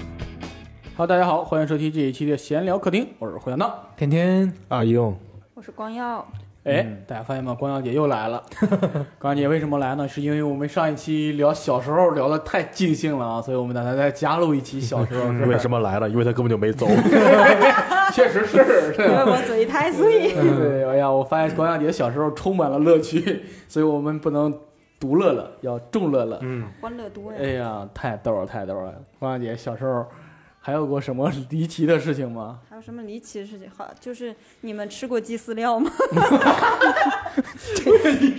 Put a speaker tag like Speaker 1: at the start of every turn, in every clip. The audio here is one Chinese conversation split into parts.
Speaker 1: 哈喽，大家好，欢迎收听这一期的闲聊客厅，我是胡小闹。
Speaker 2: 天天
Speaker 3: 啊，用
Speaker 4: 我是光耀，
Speaker 1: 哎，
Speaker 3: 嗯
Speaker 1: 大家发现吗？光耀姐又来了。 光耀姐为什么来呢？是因为我们上一期聊小时候聊得太尽兴了啊，所以我们打算再加入一期小时候。
Speaker 3: 嗯为什
Speaker 1: 么？
Speaker 3: 么来了？因为他根本就没走。
Speaker 1: 确实是。
Speaker 4: 因
Speaker 1: 是
Speaker 4: 为我嘴太碎。
Speaker 1: 啊
Speaker 3: 嗯
Speaker 1: 对，哎呀，我发现光耀姐小时候充满了乐趣， 所以我们不能独乐了，要众乐了。
Speaker 3: 嗯，
Speaker 4: 欢乐多
Speaker 1: 哎
Speaker 4: 呀！
Speaker 1: 呀，太逗了，太逗了！光耀姐小时候还有过什么离奇的事情吗？
Speaker 4: 还有什么离奇的事情？好，就是你们吃过鸡饲料吗？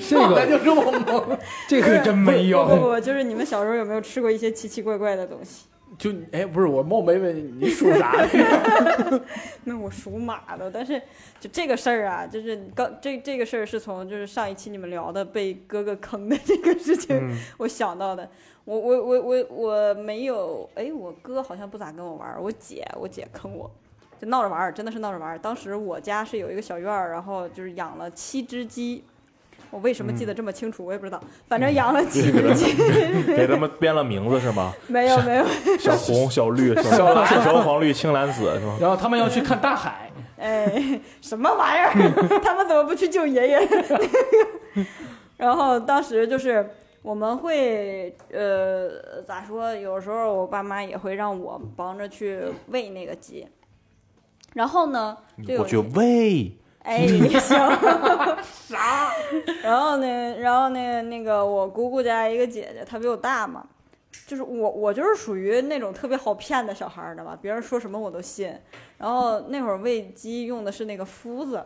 Speaker 2: 这
Speaker 1: 咱
Speaker 2: 个
Speaker 1: 就这么猛。
Speaker 2: 这可真没
Speaker 4: 不不
Speaker 2: 有，
Speaker 4: 不，就是你们小时候有没有吃过一些奇奇怪怪的东西？
Speaker 1: 就你哎，不是我冒昧问你，你属啥的？
Speaker 4: 那我属马的，但是就这个事儿啊，就是刚这这个事儿是从就是上一期你们聊的被哥哥坑的 这个事情，我想到的。我我我我我没有，哎，我哥好像不咋跟我玩儿，我姐我姐坑我，就闹着玩儿，真的是闹着玩儿。当时我家是有一个小院儿，然后就是养了七只鸡。我为什么记得这么清楚，我也不知道，反正养了七只鸡，
Speaker 3: 给他们编了名字是吗？
Speaker 4: 没有没有，
Speaker 3: 小红、小绿、小蓝、小黄绿、青蓝紫是吗？
Speaker 1: 然后他们要去看大海，
Speaker 4: 哎，什么玩意儿？ 他们怎么不去救爷 爷？然后当时就是我们会呃咋说？有时候我爸妈也会让我帮着去喂那个鸡。然后呢，就有
Speaker 3: 我去喂，
Speaker 4: 哎，行，啥？然后呢，然后呢，那个我姑姑家一个姐姐，她比我大嘛，就是我，我就是属于那种特别好骗的小孩儿的吧，别人说什么我都信。然后那会儿喂鸡用的是那个麸子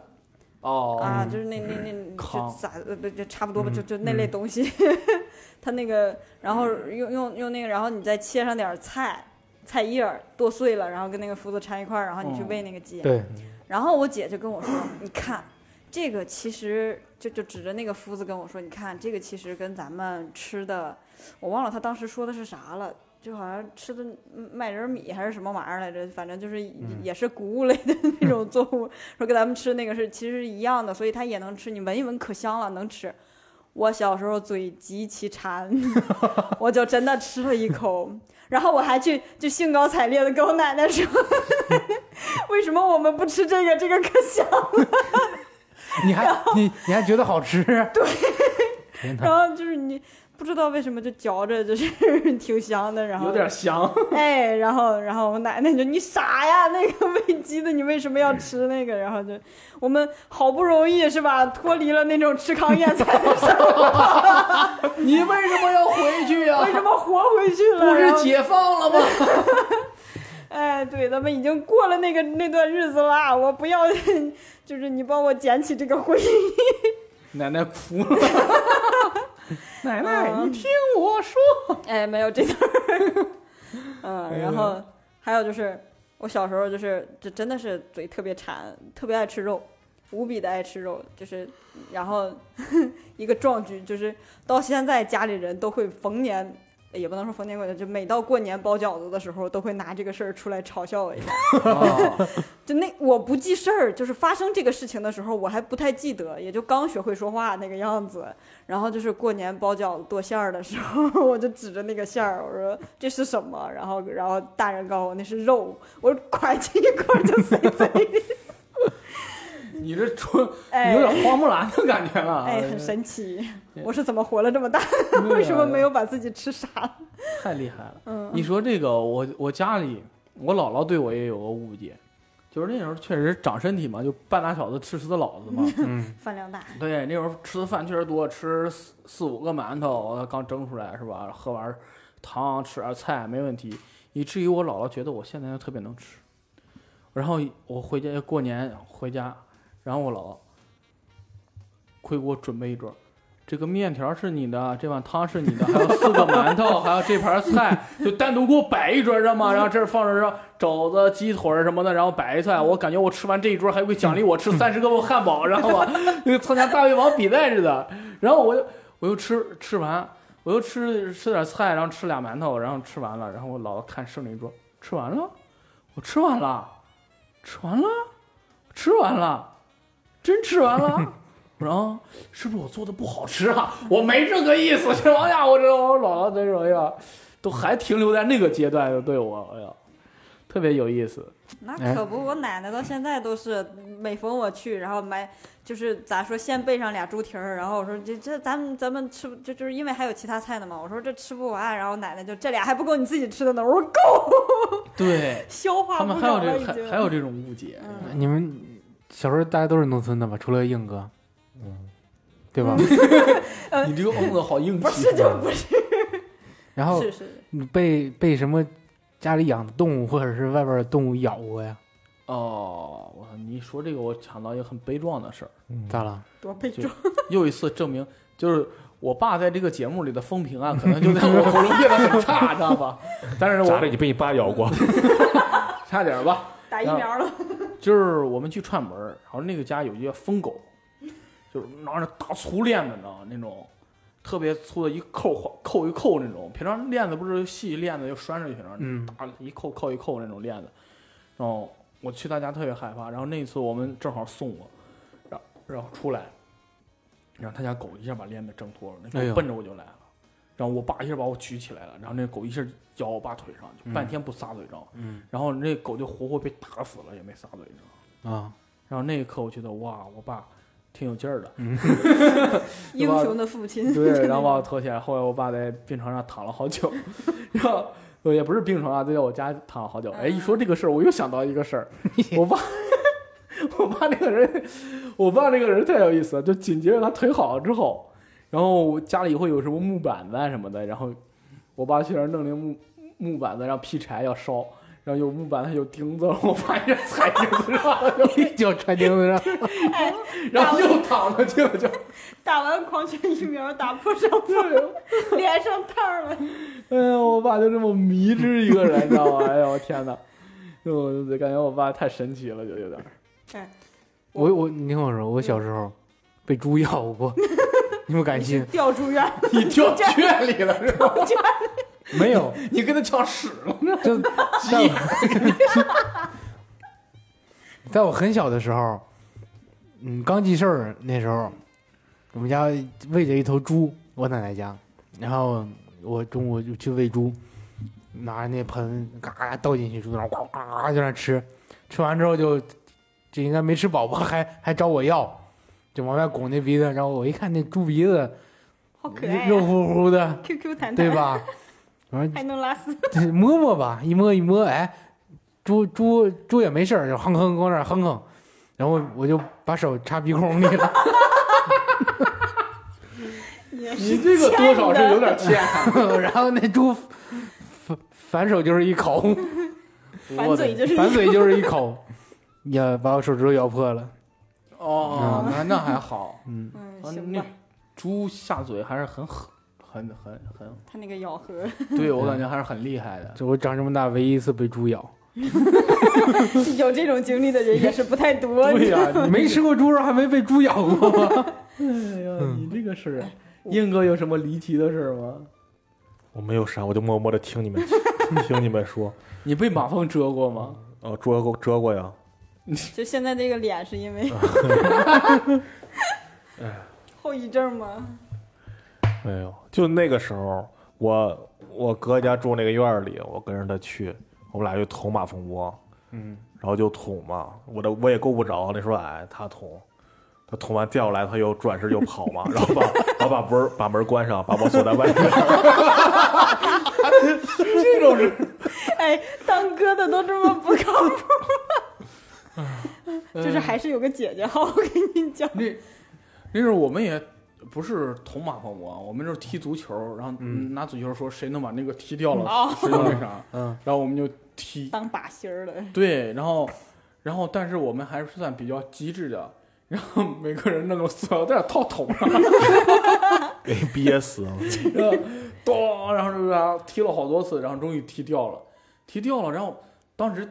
Speaker 1: 哦，
Speaker 4: 啊，就是那那那
Speaker 1: 糠
Speaker 4: 就咋呃不就差不多吧，就就那类东西。 它那个，然后用用用那个，然后你再切上点儿菜菜叶儿剁碎了，然后跟那个麸子掺一块儿，然后你去
Speaker 1: 嗯
Speaker 4: 喂那个鸡。
Speaker 2: 对，
Speaker 4: 然后我姐就跟我说：“你看，这个其实就就指着那个麸子跟我说，你看这个其实跟咱们吃的，我忘了她当时说的是啥了，就好像吃的嗯麦仁米还是什么玩意儿来着，反正就是也是谷物类的那种作物，说跟咱们吃那个是其实是一样的，所以它也能吃，你闻一闻可香了，能吃。”我小时候嘴极其馋，我就真的吃了一口，然后我还去就兴高采烈的跟我奶奶说， 为什么我们不吃这个？这个可香。
Speaker 2: 你还你你还觉得好吃？对， 天哪，
Speaker 4: 然后就是你不知道为什么就嚼着，就是 挺香的。然后
Speaker 1: 有点香，
Speaker 4: 哎，然后然后我奶奶就你傻呀，那个喂鸡的你为什么要吃那个？然后就我们好不容易是吧，脱离了那种吃糠咽菜的生活，
Speaker 1: 你为什么要回去呀
Speaker 4: 为什么活回 去了？然后
Speaker 1: 解放了吗？
Speaker 4: 哎，对，咱们已经过了那个那段日子啦，我不要， 就是你帮我捡起这个回忆。
Speaker 1: 奶奶哭了， 奶奶，
Speaker 4: 嗯
Speaker 1: 你听我说，
Speaker 4: 哎，没有这段儿。嗯，然后还有就是，我小时候就是就真的是嘴特别馋，特别爱吃肉，无比的爱吃肉，就是然后一个壮举就是到现在家里人都会逢年。也不能说逢年过节，就每到过年包饺子的时候，都会拿这个事儿出来嘲笑我一下。
Speaker 1: 啊
Speaker 4: 就那我不记事儿，就是发生这个事情的时候，我还不太记得，也就刚学会说话那个样子。然后就是过年包饺子剁馅儿的时候， 我就指着那个馅儿，我说这是什么？然后然后大人告诉我那是肉，我说快进一块儿就塞嘴里，
Speaker 1: 你这出
Speaker 4: 哎
Speaker 1: 有点花木兰的感觉了，啊
Speaker 4: 哎，很神奇。我是怎么活了这么大？
Speaker 1: 对啊
Speaker 4: 为什么没有把自己吃傻？
Speaker 1: 太厉害了。
Speaker 4: 嗯
Speaker 1: 你说这个，我我家里，我姥姥对我也有个误解，就是那时候确实长身体嘛，就半大小子吃死的老子嘛。
Speaker 3: 嗯，
Speaker 4: 饭量大，
Speaker 1: 对，那时候吃的饭确实多，吃四四五个馒头刚蒸出来是吧？喝碗汤，吃点菜没问题，以至于我姥姥觉得我现在就特别能吃。然后我回家过年回家，然后我姥姥会给我准备一桌，这个面条是你的，这碗汤是你的，还有四个馒头，还有这盘菜，就单独给我摆一桌，知道吗？然后这儿放着肘子、鸡腿儿什么的，然后摆一菜。我感觉我吃完这一桌还会奖励我吃三十个汉堡，知道吗？就参加大胃王比赛似的。然后我又我又吃吃完，我又吃吃点菜，然后吃俩馒头，然后吃完了，然后我姥姥看剩了一桌，吃完了，我吃完了，吃完了，吃完了，真吃完了。 然后是不是我做的不好吃啊？我没这个意思，这王呀，我这我姥姥那种哎呀，都还停留在那个阶段的对我，哎呀，特别有意思。
Speaker 4: 那
Speaker 2: 哎
Speaker 4: 可不，我奶奶到现在都是，每逢我去，然后买就是咋说，先备上俩猪蹄儿，然后我说这这咱们咱们吃不，就就是因为还有其他菜呢嘛，我说这吃不完，然后奶奶就这俩还不够你自己吃的呢，我说够，
Speaker 1: 对
Speaker 4: 消化
Speaker 1: 他们
Speaker 4: 不
Speaker 1: 还有
Speaker 4: 了
Speaker 1: 这
Speaker 4: 了
Speaker 1: 个
Speaker 4: 已
Speaker 1: 还
Speaker 4: 经。
Speaker 1: 还 有这种误解，
Speaker 4: 嗯
Speaker 2: 你们小时候大家都是农村的吧？除了硬哥，
Speaker 3: 嗯，
Speaker 2: 对 吧？
Speaker 1: 你这个嗯的好硬
Speaker 4: 不
Speaker 1: 气
Speaker 4: 是就不是，
Speaker 2: 然后
Speaker 4: 是是，
Speaker 2: 你被被什么家里养的动物或者是外边的动物咬过呀？
Speaker 1: 哦！我操，你一说这个，我想到一个很悲壮的事儿。
Speaker 2: 咋了？
Speaker 4: 多悲
Speaker 1: 就
Speaker 4: 壮，
Speaker 1: 又一次证明，就是我爸在这个节目里的风评啊，可能就在我口中变得很差，知道吧？但是
Speaker 3: 咋
Speaker 1: 我
Speaker 3: 的？你被你爸咬过？
Speaker 1: 差点儿吧，
Speaker 4: 打疫
Speaker 1: 然后
Speaker 4: 苗了，
Speaker 1: 就是我们去串门儿，然后那个家有一个疯狗，就是拿着大粗链子，你知道吗？那种特别粗的，一扣扣一扣那种。平常链子不是细链子就拴上去了，
Speaker 2: 嗯，
Speaker 1: 啊，一扣扣一扣那种链子。然后我去他家特别害怕。然后那一次我们正好送我，然后然后出来，然后他家狗一下把链子挣脱了，
Speaker 2: 哎
Speaker 1: 那
Speaker 2: 呦
Speaker 1: 狗奔着我就来了。然后我爸一下把我举起来了，然后那狗一下咬我爸腿上，就半天不撒嘴，知道吗？
Speaker 2: 嗯
Speaker 1: 然后那狗就活活被打死了，也没撒嘴，你知道吗？
Speaker 2: 啊，
Speaker 1: 然后那一刻我觉得哇，我爸挺有劲儿的，
Speaker 4: 英雄的父亲，
Speaker 1: 对，然后把我拖起来。后来我爸在病床上躺了好久，然后呃也不是病床啊，就在我家躺了好久。哎，一说这个事儿，我又想到一个事儿，我爸， 我爸那个人，我爸那个人太有意思了。就紧接着他腿好了之后，然后我家里会有什么木板子啊什么的，然后我爸去那儿弄那木木板子，然后劈柴要烧，然后有木板子有钉子，我爸一下踩钉子上了，就
Speaker 2: 一脚踹钉子上，
Speaker 4: 哎，
Speaker 1: 然后又躺上去了，就
Speaker 4: 打完狂犬疫苗，打破伤
Speaker 1: 对。
Speaker 4: 风，脸上烫儿了，
Speaker 1: 哎呀，我爸就这么迷之一个人，你知道 吗？哎呀，我天哪！就我就感觉我爸太神奇了，就有点儿。
Speaker 4: 哎
Speaker 2: 我我你听我说，我小时候被猪咬过， 你不敢信？
Speaker 4: 调住院，
Speaker 1: 你掉圈里了是吧？
Speaker 2: 没有，
Speaker 1: 你跟他抢屎了？
Speaker 2: 就在我 在我很小的时候，嗯，刚记事儿那时候，我们家喂着一头猪，我奶奶家，然后我中午就去喂猪，拿着那盆嘎倒进去猪，然后呱呱呱就那吃，吃完之后就这应该没吃饱吧，还还找我要，就往外拱那鼻子，然后我一看那猪鼻子
Speaker 4: 好可爱啊
Speaker 2: 肉
Speaker 4: 呀
Speaker 2: 乎乎的，
Speaker 4: ，QQ 弹弹，
Speaker 2: 对？吧？ 我说
Speaker 4: 还能拉丝，
Speaker 2: 对 摸摸吧，一摸一摸，哎，猪猪猪也没事儿，就哼哼光那儿哼哼，然后我就把手插鼻孔里了，
Speaker 4: 也是
Speaker 1: 你这个多少是有 点欠。啊
Speaker 2: 然后那猪反反手就是一口，
Speaker 4: 反嘴就是
Speaker 2: 反嘴就是一口，也把我手指头咬破了。
Speaker 1: 哦，那那还 好。
Speaker 2: 嗯，
Speaker 4: 嗯，
Speaker 1: 啊
Speaker 4: 行
Speaker 1: 那
Speaker 4: 吧，
Speaker 1: 猪下嘴还是很狠，很很 很，
Speaker 4: 他那个咬合
Speaker 1: 对我感觉还是很厉害的。
Speaker 2: 这我长这么大唯一一次被猪咬，
Speaker 4: 有这种经历的人也是不太多。
Speaker 1: 对呀、
Speaker 2: 没吃过猪肉还没被猪咬过 吗？
Speaker 1: 哎呀，你嗯这个是硬哥有什么离奇的事儿吗？
Speaker 3: 我没有啥，我就默默的听 你们听你们说。
Speaker 1: 你被马蜂蛰过吗？
Speaker 3: 哦，遮过遮过呀。
Speaker 4: 就现在这个脸是因 为后遗症吗？
Speaker 3: 没有，就那个时候，我我哥家住那个院儿里，我跟着他去，我们俩就捅马蜂窝，
Speaker 2: 嗯，
Speaker 3: 然后就捅嘛，我的我也够不着，那时候矮，他捅，他捅完掉下来，他又转身就跑嘛，然后把然后把门儿把门关上，把我锁在外面，
Speaker 1: 这种是
Speaker 4: 哎，当哥的都这么不靠谱，
Speaker 1: 嗯
Speaker 4: 就是还是有个姐姐好，我跟你讲。
Speaker 1: 那那时候我们也不是捅马蜂窝，我们就是踢足球，然后拿足球说谁能把那个踢掉了，
Speaker 4: 哦，
Speaker 1: 谁就那啥，
Speaker 2: 嗯，
Speaker 1: 然后我们就踢。
Speaker 4: 当靶心儿了，
Speaker 1: 对，然后然后但是我们还是算比较机智的，然后每个人弄个塑料袋套桶上，
Speaker 3: 给憋死了。
Speaker 1: 然后咚，然后就是啥踢了好多次，然后终于踢掉了，踢掉了，然后当时。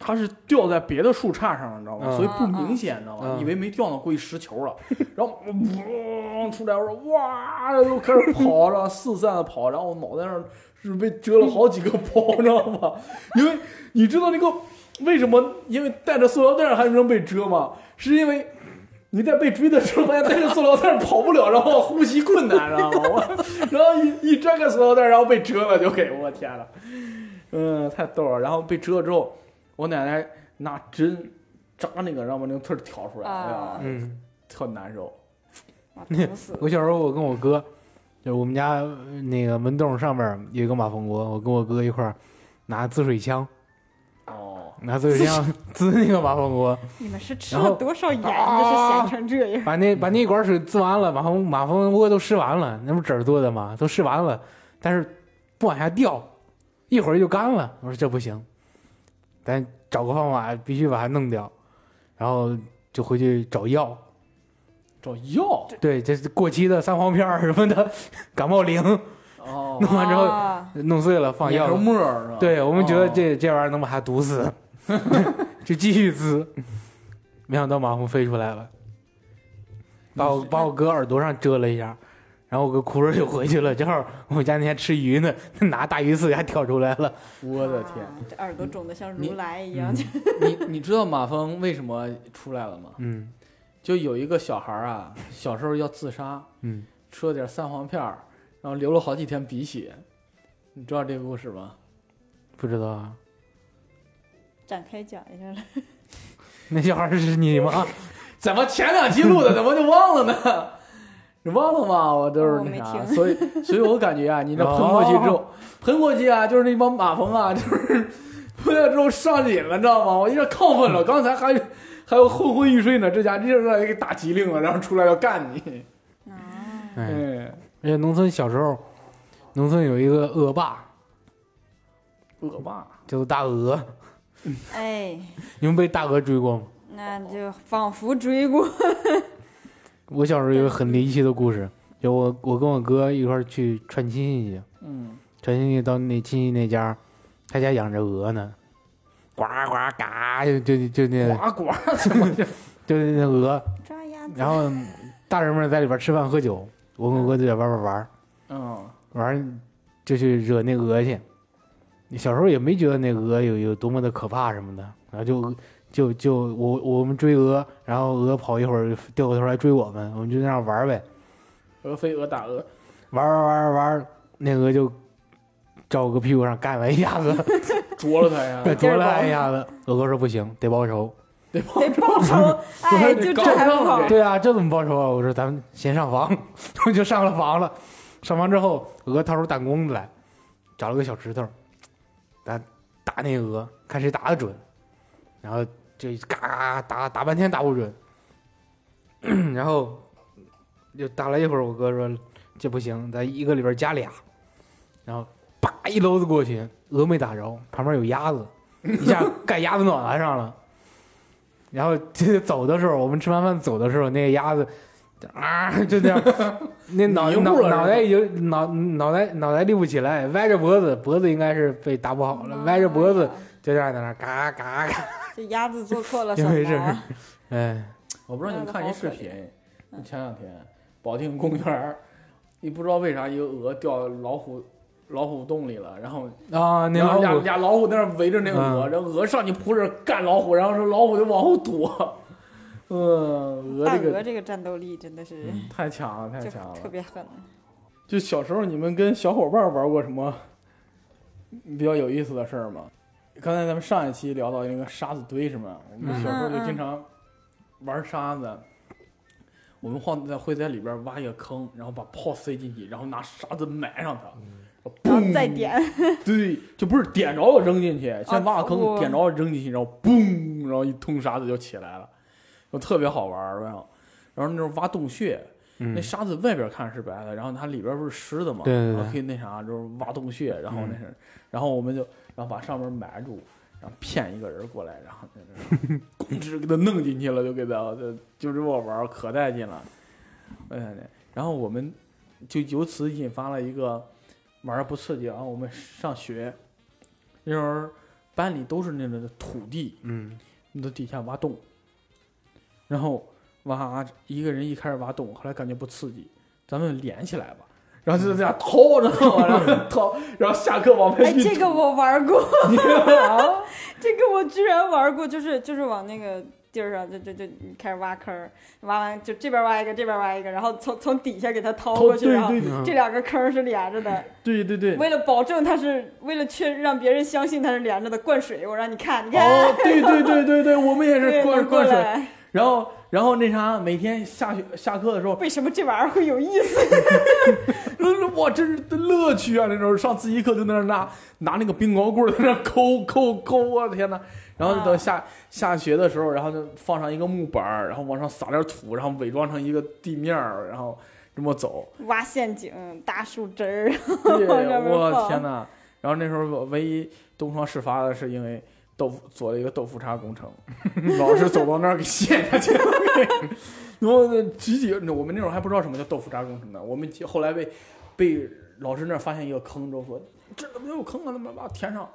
Speaker 1: 它是掉在别的树杈上了，你知道吗？
Speaker 2: 嗯
Speaker 1: 所以不明显，你知道吗？
Speaker 2: 嗯
Speaker 1: 以为没掉呢，故意失球了。然后嗡出来，我说哇，然后开始跑，然后四散的跑，然后我脑袋上是被折了好几个包，你知道吗？因为你知道那个为什么？因为带着塑料袋还能被蛰吗？是因为你在被追的时候，发现带着塑料袋跑不了，然后呼吸困难，知道吗？我然后一一张开塑料袋，然后被蛰了，就给我天了。嗯，太逗了。然后被蛰了之后，我奶奶拿针扎那个，让把那个刺儿挑出来，哎呀
Speaker 4: 啊，
Speaker 2: 嗯，
Speaker 1: 特难受。
Speaker 4: 哇，疼死了
Speaker 2: 我小时候我跟我哥，就是我们家呃那个门洞上面有一个马蜂窝，我跟我哥一块儿拿滋水枪，
Speaker 1: 哦，
Speaker 2: 拿滋水枪 滋那个马蜂窝，
Speaker 4: 你们是吃
Speaker 2: 然
Speaker 4: 了
Speaker 2: 后
Speaker 4: 多少盐，
Speaker 2: 啊
Speaker 4: 这是咸成这样？
Speaker 2: 把那把那管水滋完了，马蜂马蜂窝都湿完了，那不纸儿做的吗？都湿完了，但是不往下掉，一会儿就干了。我说这不行，咱找个方法必须把它弄掉，然后就回去找药。
Speaker 1: 找药
Speaker 2: 对，这是过期的三黄片儿什么的， 感冒灵
Speaker 1: 哦，
Speaker 2: 弄完之后
Speaker 4: 啊
Speaker 2: 弄碎了 放
Speaker 1: 碾
Speaker 2: 药
Speaker 1: 成。沫儿是吧？
Speaker 2: 对我们觉得
Speaker 1: 哦
Speaker 2: 这、这玩意儿能把它毒死， 就继续滋。没想到马蜂飞出来了，把我把我哥耳朵上蛰了一下，然后我哥哭着就回去了。正好我们家那天吃鱼呢，拿大鱼刺给它挑出来了。
Speaker 1: 我的天！
Speaker 4: 啊这耳朵肿得像
Speaker 1: 你
Speaker 4: 如来一样，
Speaker 1: 你你知道马蜂为什么出来了吗？
Speaker 2: 嗯
Speaker 1: 就有一个小孩儿啊，小时候要自杀，
Speaker 2: 嗯，
Speaker 1: 吃了点三黄片儿，然后流了好几天鼻血。你知道这个故事吗？
Speaker 2: 不知道啊，
Speaker 4: 展开讲一下来。
Speaker 2: 那小孩是你吗？
Speaker 1: 怎么前两期 录的，怎么就忘了呢？你忘了吗？我都是
Speaker 4: 哦我
Speaker 1: 那
Speaker 4: 没
Speaker 1: 啥，
Speaker 4: 听
Speaker 1: 所以所以我感觉啊，你这喷过去之后，喷过去啊，就是那帮马蜂啊， 就是喷了之后上瘾了，你知道吗？我有点亢奋了，刚才还还有昏昏欲睡呢，这家这让人给打机灵了，然后出来要干你。
Speaker 4: 啊，
Speaker 2: 哎，
Speaker 1: 哎，
Speaker 2: 而且农村小时候，农村有一个恶霸
Speaker 1: 恶霸，
Speaker 2: 叫做大鹅，
Speaker 4: 哎，
Speaker 2: 你们被大鹅追过吗？
Speaker 4: 那就仿佛追过。
Speaker 2: 我小时候有个很离奇的故事，就我我跟我哥一块儿去串亲戚去，
Speaker 1: 嗯，
Speaker 2: 串亲戚到那亲戚那家，他家养着鹅呢，呱呱嘎，就就就那
Speaker 1: 呱呱，
Speaker 2: 就那鹅，
Speaker 4: 抓鸭子，
Speaker 2: 然后大人们在里边吃饭喝酒，我跟我哥就在玩玩玩
Speaker 1: 嗯，
Speaker 2: 玩，就去惹那鹅去。小时候也没觉得那鹅有有多么的可怕什么的，然后就就就我我们追鹅，然后鹅跑一会儿掉过头来追我们，我们就那样玩呗。
Speaker 1: 鹅飞鹅打鹅，
Speaker 2: 玩儿玩儿玩儿玩儿，那鹅就照我哥屁股上干了一下子，
Speaker 1: 啄了他呀，
Speaker 2: 给啄了一下子。我哥说不行，得报仇。
Speaker 1: 对吧？
Speaker 4: 得报仇。哎，就这还不好
Speaker 1: 对。
Speaker 2: 对啊，这怎么报仇啊？我说咱们先上房， 我就上了房了。上房之后，我哥掏出弹弓子来，找了个小石头，咱打那鹅，看谁打得准。然后就嘎嘎打打半天打不准， 然后就打了一会儿，我哥说这不行，咱一个里边加俩，然后叭一篓子过去，鹅没打着，旁边有鸭子，一 下盖鸭子脑袋上了。然后就走的时候，我们吃完饭走的时候，那个鸭子啊 就这样，那脑
Speaker 1: 你又
Speaker 2: 脑
Speaker 1: 过了是吧
Speaker 2: 脑袋已经脑脑袋脑袋立不起来，歪着脖子，脖子应该是被打不好了，歪着脖子，就这样在那儿嘎嘎嘎，
Speaker 4: 这鸭子做错了什
Speaker 2: 因为这
Speaker 4: 么
Speaker 2: 是
Speaker 4: 啊？
Speaker 2: 哎，
Speaker 1: 我不知道你们看一视频，
Speaker 4: 嗯
Speaker 1: 前两天保定公园儿，你不知道为啥一个鹅掉老虎老虎洞里了，然后
Speaker 2: 啊，那
Speaker 1: 然后俩
Speaker 2: 老虎嗯
Speaker 1: 俩老虎在那儿围着那个鹅，然后鹅上去扑着干老虎，然后说老虎就往后躲，嗯，鹅
Speaker 4: 大
Speaker 1: 这
Speaker 4: 鹅
Speaker 1: 个
Speaker 4: 这个战斗力真的是
Speaker 1: 太强了，太
Speaker 4: 就
Speaker 1: 强了
Speaker 4: 特。别狠。
Speaker 1: 就小时候你们跟小伙伴玩过什么比较有意思的事儿吗？刚才咱们上一期聊到那个沙子堆什么，我们
Speaker 2: 嗯
Speaker 1: 小时候就
Speaker 4: 嗯
Speaker 1: 经常玩沙子。我们晃在会在里边挖一个坑，然后把炮塞进去，然后拿沙子埋上它，
Speaker 4: 然
Speaker 1: 然后
Speaker 4: 后
Speaker 1: 嘣
Speaker 4: 再。点，啊
Speaker 1: 对，就不是点着了扔进去，先挖个坑，
Speaker 4: 我
Speaker 1: 点着了扔进去，然后嘣，然后一通沙子就起来了，就特别好玩儿。然后，然后那时候挖洞穴，那
Speaker 2: 嗯，
Speaker 1: 沙子外边看是白的，然后它里边不是湿的嘛，
Speaker 2: 对对对嗯
Speaker 1: 然后可以那啥，就是挖洞穴，然后那是，然后我们就然后把上面埋住，然后骗一个人过来，然后在这 公直给他弄进去了，就给他就就这么玩儿，可带劲了，哎呀，然后我们就由此引发了一个玩儿不刺激啊，我们上学那时候班里都是那种土地，
Speaker 2: 嗯，
Speaker 1: 你都底下挖洞，然后挖一个人一开始挖洞，后来感觉不刺激，咱们连起来吧，然后就这样掏，知道吗？然后掏，然后下课往外
Speaker 4: 哎，
Speaker 1: 一
Speaker 4: 这个我玩过，
Speaker 1: 你啊，
Speaker 4: 这个我居然玩过，就是就是往那个地儿上就就就你开始挖坑儿，挖完就这边挖一个，这边挖一个，然后从从底下给它掏过去，
Speaker 1: 对
Speaker 4: 然后
Speaker 1: 对
Speaker 4: 这两个坑儿是连着的。
Speaker 1: 对对对，
Speaker 4: 为了保证它是，为了确让别人相信它是连着的，灌水，我让你看，你看，
Speaker 1: 哦，对对对对对，我们也
Speaker 4: 对
Speaker 1: 是灌
Speaker 4: 能过
Speaker 1: 灌水，
Speaker 4: 来
Speaker 1: 然后然后那啥，每天下学下课的时候，
Speaker 4: 为什么这玩意儿会有意思？
Speaker 1: 哇，真是乐趣啊！那时候上自习课就在那儿拿拿那个冰镐棍儿在那儿抠抠抠，我的天哪！然后等下、下学的时候，然后就放上一个木板儿，然后往上撒点土，然后伪装成一个地面儿，然后这么走。
Speaker 4: 挖陷阱，搭树枝儿，
Speaker 1: 对，
Speaker 4: 往上面
Speaker 1: 我
Speaker 4: 放
Speaker 1: 天哪！然后那时候我唯一东窗事发的是因为豆腐做了一个豆腐渣工程， 老师走到那儿给陷下去了。 然后呢集体，我们那会儿还不知道什么叫豆腐渣工程呢。我们后来被被老师那儿发现一个坑之后说，这怎么有坑啊？他妈把它填上。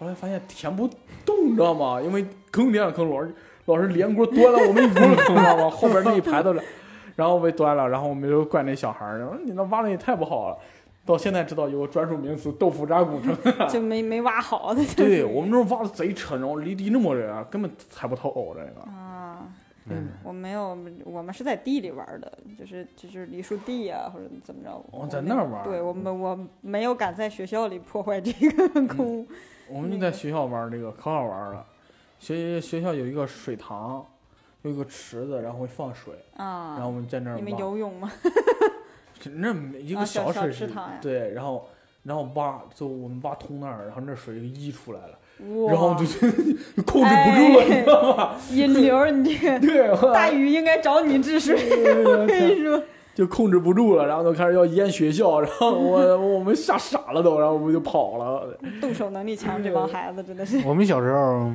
Speaker 1: 后来发现填不动，你知道吗？因为坑填上坑，老师老师连锅端了我们一锅的坑，知道吗？后边那一排都是， 然后被端了，然后我们就怪那小孩儿，说你那挖的也太不好了。到现在知道有个专属名词“豆腐渣古城
Speaker 4: 就没没挖好的。”，
Speaker 1: 对我们那时候挖的贼沉，然后离地那么远啊，根本踩不透这个。
Speaker 4: 啊，
Speaker 2: 嗯，
Speaker 4: 我没有，我们是在地里玩儿的，就是就是梨树地呀、或者怎么着。
Speaker 1: 哦
Speaker 4: 我
Speaker 1: 在
Speaker 4: 没
Speaker 1: 那儿玩儿嗯
Speaker 4: 对我们，我没有敢在学校里破坏这个空屋。
Speaker 1: 我们就在学校玩这个，可好玩了。学学校有一个水塘，有一个池子，然后会放水，
Speaker 4: 啊，
Speaker 1: 然后我们在那儿
Speaker 4: 你们
Speaker 1: 挖。
Speaker 4: 游泳吗？
Speaker 1: 那没一
Speaker 4: 啊
Speaker 1: 个
Speaker 4: 小小
Speaker 1: 水池
Speaker 4: 池塘呀
Speaker 1: 对，然后然后挖，就我们挖通那儿，然后那水就溢出来了，
Speaker 4: 哇，
Speaker 1: 然后就 就控制不住了，
Speaker 4: 哎
Speaker 1: 你知道吗？
Speaker 4: 引流儿，你这个
Speaker 1: 对，后
Speaker 4: 大
Speaker 1: 来
Speaker 4: 禹应该找你治水。我跟你说，
Speaker 1: 就控制不住了，然后就开始要淹学校，然后 我我们吓傻了都，然后我们就跑了。
Speaker 4: 动手能力强这帮孩子真的是。
Speaker 2: 我们小时候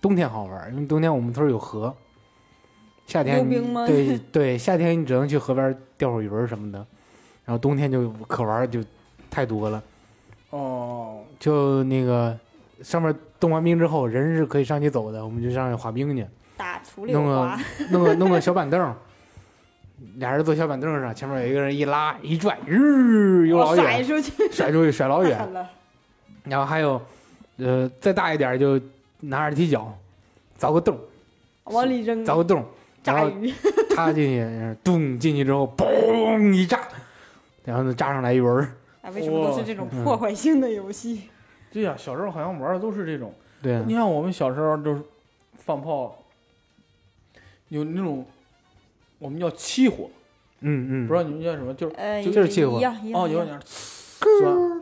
Speaker 2: 冬天好玩儿，因为冬天我们村儿有河，夏天
Speaker 4: 溜
Speaker 2: 你
Speaker 4: 冰吗
Speaker 2: 对 对，夏天你只能去河边儿钓会儿鱼儿什么的，然后冬天就可玩儿就太多了，
Speaker 1: 哦，
Speaker 2: 就那个上面冻完冰之后，人是可以上去走的，我们就上去滑冰去，
Speaker 4: 打醋溜
Speaker 2: 弄个
Speaker 4: 滑，
Speaker 2: 弄个弄个小板凳儿。俩人坐小板凳上，前面有一个人一拉一拽，日游老
Speaker 4: 我甩
Speaker 2: 远，
Speaker 4: 出去，
Speaker 2: 甩出去甩老
Speaker 4: 太
Speaker 2: 远
Speaker 4: 狠，了！
Speaker 2: 然后还有，呃，再大一点儿就拿着踢脚，凿个洞，
Speaker 4: 往里扔
Speaker 2: 凿个洞，然
Speaker 4: 炸
Speaker 2: 后
Speaker 4: 鱼，
Speaker 2: 插进去，咚进去之后，嘣一炸，然后呢炸上来一轮儿。
Speaker 4: 哎，为什么都是这种
Speaker 2: 哇
Speaker 4: 破坏性的游戏？
Speaker 1: 对呀、小时候好像玩的都是这种。
Speaker 2: 对啊
Speaker 1: 你看我们小时候就是放炮，有那种我们叫气火，
Speaker 2: 嗯嗯，
Speaker 1: 不知道你们叫什么，就是
Speaker 4: 呃，
Speaker 2: 就就是气
Speaker 4: 一
Speaker 2: 火
Speaker 4: 样一样，
Speaker 1: 哦，有
Speaker 4: 一样
Speaker 1: 点呲，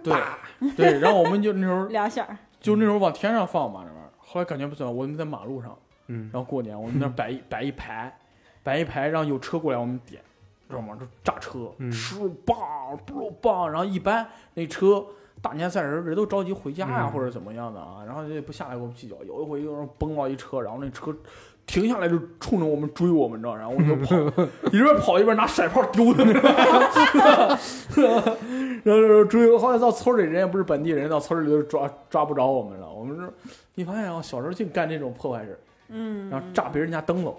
Speaker 1: 是吧？对 对，然后我们就那时候
Speaker 4: 俩响儿，
Speaker 1: 就那时候往天上放嘛，那玩意儿。后来感觉不行，我们在马路上，
Speaker 2: 嗯，
Speaker 1: 然后过年我们那儿摆 一摆一排，摆一排，让有车过来我们点，知道吗？就炸车，
Speaker 2: 嗯
Speaker 1: 哧棒不棒，然后一般那车大年三十儿人都着急回家呀、
Speaker 2: 嗯
Speaker 1: 或者怎么样的啊，然后就不下来给我们计较。有一回有人崩到一车，然后那车。停下来就冲着我们追我们，你知道，然后我们就 跑，一边跑一边拿甩炮丢的， 然后就是追。后来到村里，人也不是本地人，到村里就抓抓不着我们了。我们这一发现啊，小时候净干这种破坏事儿，
Speaker 4: 嗯，
Speaker 1: 然后炸别人家灯笼。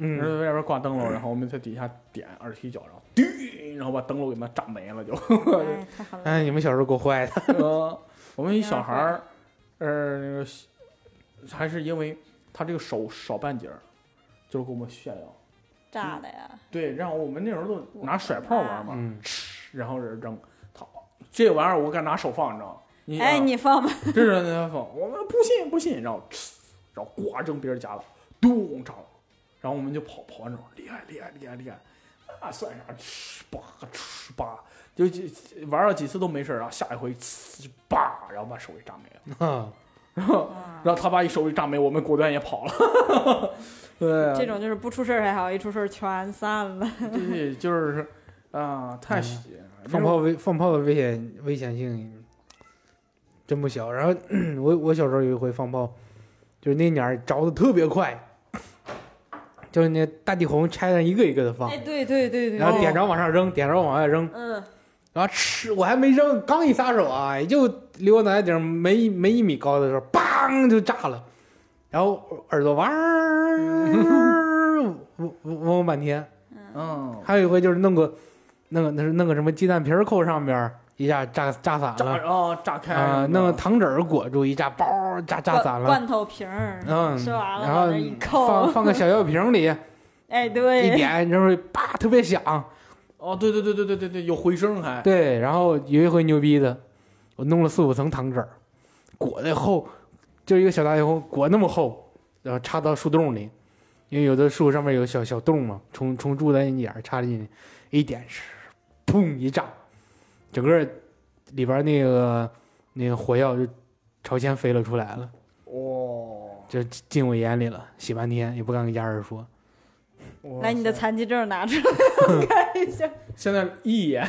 Speaker 1: 然
Speaker 2: 嗯
Speaker 1: 后外边挂灯笼，然后我们在底下点二踢脚，然后滴，然后把灯笼给它炸没了就。
Speaker 4: 哎，太狠了！
Speaker 2: 哎，你们小时候够坏的。
Speaker 1: 呃，我们一小孩儿，呃，那个还是因为他这个手少半截儿，就是给我们炫耀。
Speaker 4: 炸的呀，
Speaker 1: 对，然后我们那时候都拿甩炮玩嘛，
Speaker 2: 嗯，
Speaker 1: 嗤然后人扔，他这玩意儿我敢拿手放，你知道 吗？你
Speaker 4: 哎，
Speaker 1: 啊
Speaker 4: 你放吧，
Speaker 1: 这是
Speaker 2: 啊
Speaker 1: 那放，我们不信不信，然后嗤然后呱扔别人家了，咚炸了，然后我们就跑跑完之后，厉害厉害厉害厉害，那算啥？嗤吧嗤吧，就就玩了几次都没事儿，然后下一回呲吧，然后把手给炸没了，
Speaker 2: 啊
Speaker 4: 啊
Speaker 1: 然后他把一手给炸没，我们果断也跑了。 对啊，
Speaker 4: 这种就是不出事儿还好，一出事儿全散了。
Speaker 1: 这就是啊，太喜
Speaker 2: 嗯放炮危放炮的危险危险性真不小。然后 我我小时候有一回放炮，就是那年儿着的特别快，就是那大地红拆了一个一个的放
Speaker 4: 哎，，对对对对，
Speaker 2: 然后
Speaker 4: 对
Speaker 2: 点着往上扔，点着往外扔，
Speaker 4: 嗯，
Speaker 2: 然后吃，我还没扔，刚一撒手啊，也就离我脑袋顶儿没一没一米高的时候，梆就炸了，然后耳朵哇儿嗡嗡嗡半天。
Speaker 1: 嗯，
Speaker 2: 还有一回就是弄个弄个那是弄个什么鸡蛋皮儿扣上边儿，一下炸炸散
Speaker 1: 炸
Speaker 2: 了
Speaker 1: 啊炸开
Speaker 2: 啊、
Speaker 1: 什么的
Speaker 2: 弄糖纸儿裹住一下，包炸炸
Speaker 4: 罐
Speaker 2: 散了，
Speaker 4: 罐头瓶儿，
Speaker 2: 嗯，
Speaker 4: 吃完了
Speaker 2: 然
Speaker 4: 往
Speaker 2: 后
Speaker 4: 那一
Speaker 2: 放
Speaker 4: 扣，
Speaker 2: 放个小药瓶里，
Speaker 4: 哎，
Speaker 2: 一
Speaker 4: 对，
Speaker 2: 点，然后啪特别响，
Speaker 1: 哦对对对对对对对有回声还
Speaker 2: 对，然后有一回牛逼的，我弄了四五层糖纸儿，裹的厚，就一个小大油裹那么厚，然后插到树洞里，因为有的树上面有小小洞嘛，从从柱子眼儿插进去，一点是，砰一炸，整个里边那个那个火药就朝前飞了出来了，
Speaker 1: 哦
Speaker 2: 就进我眼里了，洗半天也不敢跟家人说，
Speaker 1: 哇
Speaker 4: 来你的
Speaker 1: 塞
Speaker 4: 残疾证拿出来，我看一 下。
Speaker 1: 现在一眼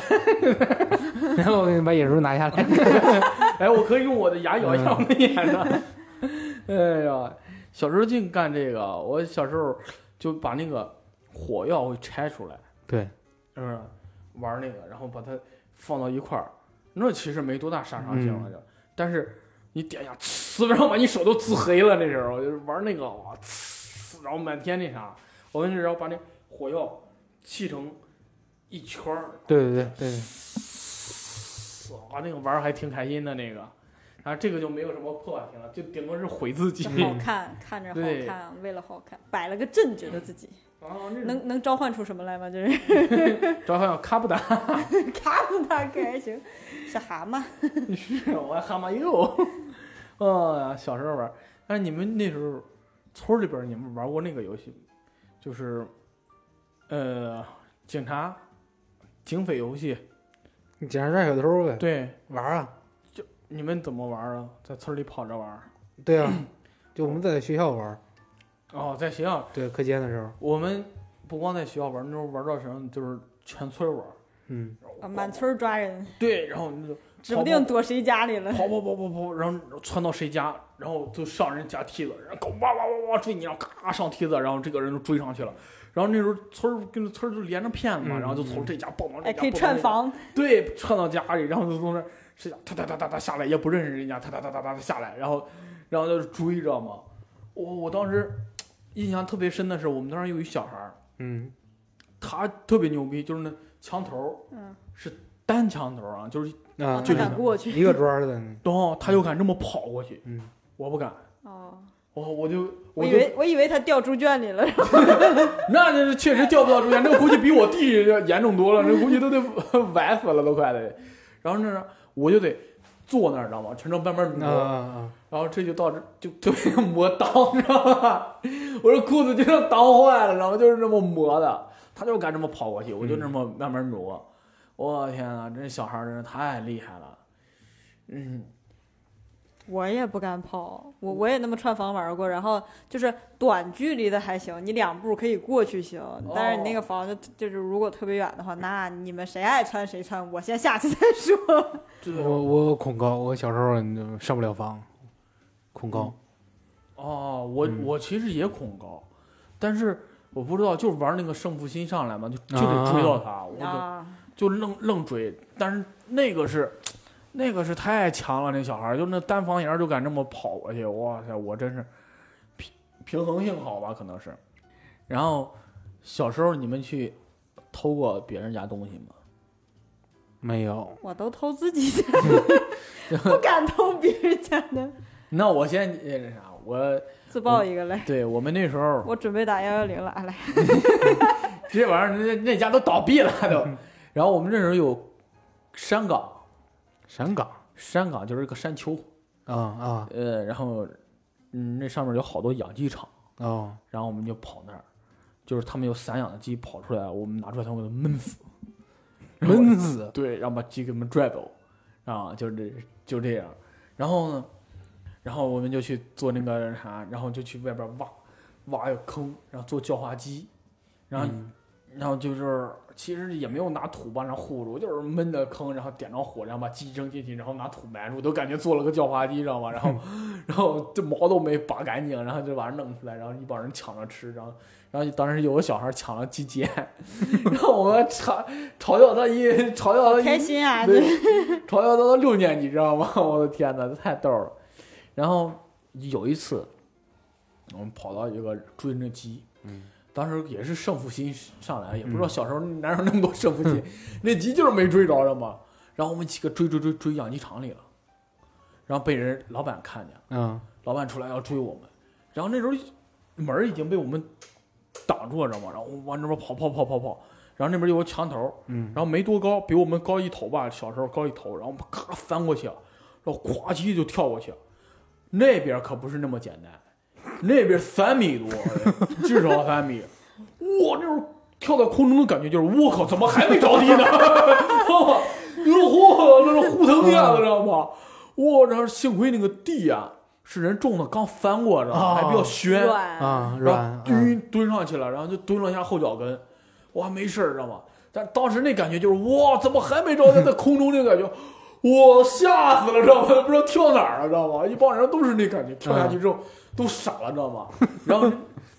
Speaker 2: 然后我给你把眼珠拿下来，
Speaker 1: 哎我可以用我的牙咬一下我的眼呢， 哎呀小时候净干这个，我小时候就把那个火药会拆出来。
Speaker 2: 对，
Speaker 1: 就是玩那个，然后把它放到一块儿，那其实没多大杀伤性了就，但是你点一下，呲，然后把你手都呲黑了。那时候就是玩那个，哇，呲，然后满天那啥，我跟你说，然后把那火药砌成一圈儿，
Speaker 2: 对对对对，
Speaker 1: 呲哇，那个玩儿还挺开心的那个，然后这个就没有什么破坏性了，就顶多是毁自己
Speaker 4: 这好 看，看着好
Speaker 1: 对
Speaker 4: 看，为了好看，摆了个阵，觉得自己
Speaker 1: 啊。
Speaker 2: 嗯
Speaker 1: 那种
Speaker 4: 能能召唤出什么来吗？就是
Speaker 1: 主要还有卡布达，
Speaker 4: 卡不大个还行，是蛤蟆。
Speaker 1: 是啊我还蛤蟆哟，啊，小时候玩儿。但是你们那时候村儿里边儿你们玩过那个游戏吗，就是呃，警察、警匪游戏。
Speaker 2: 你捡着抓小偷呗，
Speaker 1: 对，
Speaker 2: 玩儿啊。
Speaker 1: 你们怎么玩儿啊？在村儿里跑着玩儿？
Speaker 2: 对啊，就我们在学校玩儿，
Speaker 1: 哦，在学校，
Speaker 2: 对课间的时候，
Speaker 1: 我们不光在学校玩儿，那时候玩到什么就是全村儿玩儿。
Speaker 2: 嗯，
Speaker 4: 啊，满村儿抓人，
Speaker 1: 对，然后你就
Speaker 4: 指不定躲谁家里了。
Speaker 1: 跑跑跑跑跑，然后窜到谁家，然后就上人家梯子，然后狗哇哇哇哇追你，然后咔上梯子，然后这个人就追上去了。然后那时候村儿跟村儿就连着骗子嘛，
Speaker 2: 嗯
Speaker 1: 然后就从这家蹦到这
Speaker 4: 哎，
Speaker 1: 家，
Speaker 4: 可以
Speaker 1: 蹦到
Speaker 4: 串
Speaker 1: 那家，
Speaker 4: 房，
Speaker 1: 对，窜到家里，然后就从那儿谁家哒哒哒哒哒下来，也不认识人家，哒哒哒哒哒哒下来，然后然后就追着嘛。我我当时印象特别深的是，我们当时有一小孩儿，
Speaker 2: 嗯，
Speaker 1: 他特别牛逼，就是那墙头儿
Speaker 4: 嗯，
Speaker 1: 单墙头儿啊，就是
Speaker 2: 啊，
Speaker 4: 哦
Speaker 1: 就
Speaker 4: 他
Speaker 1: 是
Speaker 4: 敢过去，
Speaker 2: 一个桌儿 的，嗯
Speaker 1: 然后他就敢这么跑过去，
Speaker 2: 嗯，
Speaker 1: 我不敢。
Speaker 4: 哦，
Speaker 1: 我我就
Speaker 4: 我
Speaker 1: 我
Speaker 4: 以
Speaker 1: 就
Speaker 4: 为我以为他掉猪圈里了，
Speaker 1: 那就是确实掉不到中间，那个估计比我弟要严重多了，那估计都得 崴死了都快得。然后那是我就得坐那儿，知道吗？全程慢慢
Speaker 2: 啊
Speaker 1: 挪，
Speaker 2: 啊，
Speaker 1: 然后这就到这就特别磨裆，知道吧？ 我这裤子就像裆坏了，然后就是这么磨的。他就敢这么跑过去，我就
Speaker 2: 嗯
Speaker 1: 这么慢慢挪。我、天啊，这小孩儿真是太厉害了。嗯，
Speaker 4: 我也不敢跑，我我也那么串房玩过，然后就是短距离的还行，你两步可以过去行，
Speaker 1: 哦
Speaker 4: 但是你那个房子就是如果特别远的话，那你们谁爱穿谁穿，我先下去再说。
Speaker 1: 这
Speaker 2: 我我恐高，我小时候嗯上不了房，恐高，
Speaker 1: 哦，我、
Speaker 2: 嗯
Speaker 1: 我其实也恐高，但是我不知道，就是玩那个胜负心上来嘛，就就得追到他，我就
Speaker 4: 啊，
Speaker 1: 就愣愣追。但是那个是，那个是太强了，那小孩儿就那单房檐儿就敢这么跑过去，哇塞，我真是平平衡性好吧，可能是。然后小时候你们去偷过别人家东西吗？
Speaker 2: 没有，
Speaker 4: 我都偷自 己家的，不敢偷别人家的，
Speaker 1: 那我先那个啥，我
Speaker 4: 自爆一个来。
Speaker 1: 对我们那时候
Speaker 4: 我准备打幺幺零了，啊来，
Speaker 1: 这玩意儿那那家都倒闭了都。然后我们这时候有山岗，
Speaker 2: 山岗
Speaker 1: 山岗就是一个山丘，
Speaker 2: 啊啊
Speaker 1: 呃，然后嗯，那上面有好多养鸡场，
Speaker 2: 哦，
Speaker 1: 然后我们就跑那儿，就是他们有散养的鸡跑出来，我们拿出来，他们给它闷死，
Speaker 2: 闷死，
Speaker 1: 对，然后把鸡给他们拽走，啊，就这就这样。然后呢，然后我们就去做那个啥，然后就去外边挖挖一个坑，然后做叫花鸡，然后
Speaker 2: 嗯
Speaker 1: 然后就是其实也没有拿土吧，然后护住，就是闷的坑，然后点着火，然后把鸡扔进去，然后拿土埋住，都感觉做了个叫花鸡，知道吗？然后，然后这毛都没拔干净，然后就把它弄出来，然后一帮人抢着吃，然后，然后当时有个小孩抢了鸡 尖，然后我们嘲嘲笑他一嘲笑他
Speaker 4: 好
Speaker 1: 一
Speaker 4: 开心啊！
Speaker 1: 对
Speaker 4: 这，
Speaker 1: 嘲笑他到六年级，知道吗？ 我的天哪，这太逗了。然后有一次，我们跑到一个追那鸡，
Speaker 2: 嗯，
Speaker 1: 当时也是 胜负心上来，也不知道小时候哪有那么多胜负心，那鸡就是没追着着嘛。然后我们几个追追追追养鸡场里了，然后被人老板看见了，
Speaker 2: 嗯
Speaker 1: 老板出来要追我们，然后那时候门儿已经被我们挡住了，知道吗？然后我往那边跑跑跑跑跑，然后那边有个墙头，
Speaker 2: 嗯，
Speaker 1: 然后没多高，比我们高一头吧，小时候高一头，然后我们咔翻过去了，然后咵叽就跳过去了。那边可不是那么简单，那边三米多，至少三米。哇，那种跳在空中的感觉就是，我靠，怎么还没着地呢？ 哇落货了，那是护藤呀，知道吗？哇，然后幸亏那个地呀、是人种的，刚翻过，知道吗？还比较宣。
Speaker 4: 软，
Speaker 2: 啊
Speaker 1: 然
Speaker 2: 软
Speaker 1: 后，蹲
Speaker 2: 嗯
Speaker 1: 蹲上去了，然后就蹲了一下后脚跟，哇，没事儿，知道吗？但当时那感觉就是哇，怎么还没着地？在空中那个感觉，我吓死了，知道吗？ 不知道跳哪儿了，知道吗？一帮人都是那感觉，跳下去之后、都傻了，知道吗？ 然后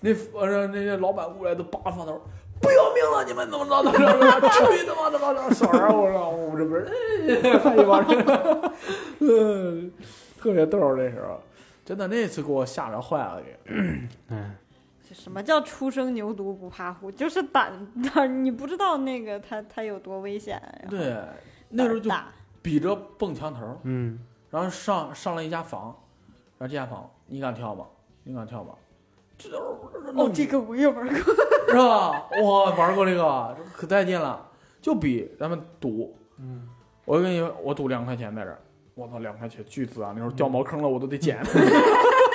Speaker 1: 那呃那些老板过来都扒放头。不要命了！你们怎么 着？怎么着？至于他妈的吗？小孩儿，我说我这不是，翻一帮人， 嗯，特别逗儿。那时候真的那次给我吓着坏了，给。
Speaker 2: 嗯
Speaker 4: 这什么叫初生牛犊不怕虎？就是胆胆，你不知道那个它它有多危险。然后
Speaker 1: 对，那时候就
Speaker 4: 胆大，
Speaker 1: 比着蹦墙头儿，
Speaker 2: 嗯
Speaker 1: 然后上上了一家房，然后这家房你敢跳吗？你敢跳吗？这
Speaker 4: 哦，这个我也玩过，
Speaker 1: 是吧？我玩过这个，这可带劲了，就比咱们赌。
Speaker 2: 嗯，
Speaker 1: 我跟你说，我赌两块钱在这儿，我操，两块钱巨资啊！那时候掉茅坑了，我都得捡。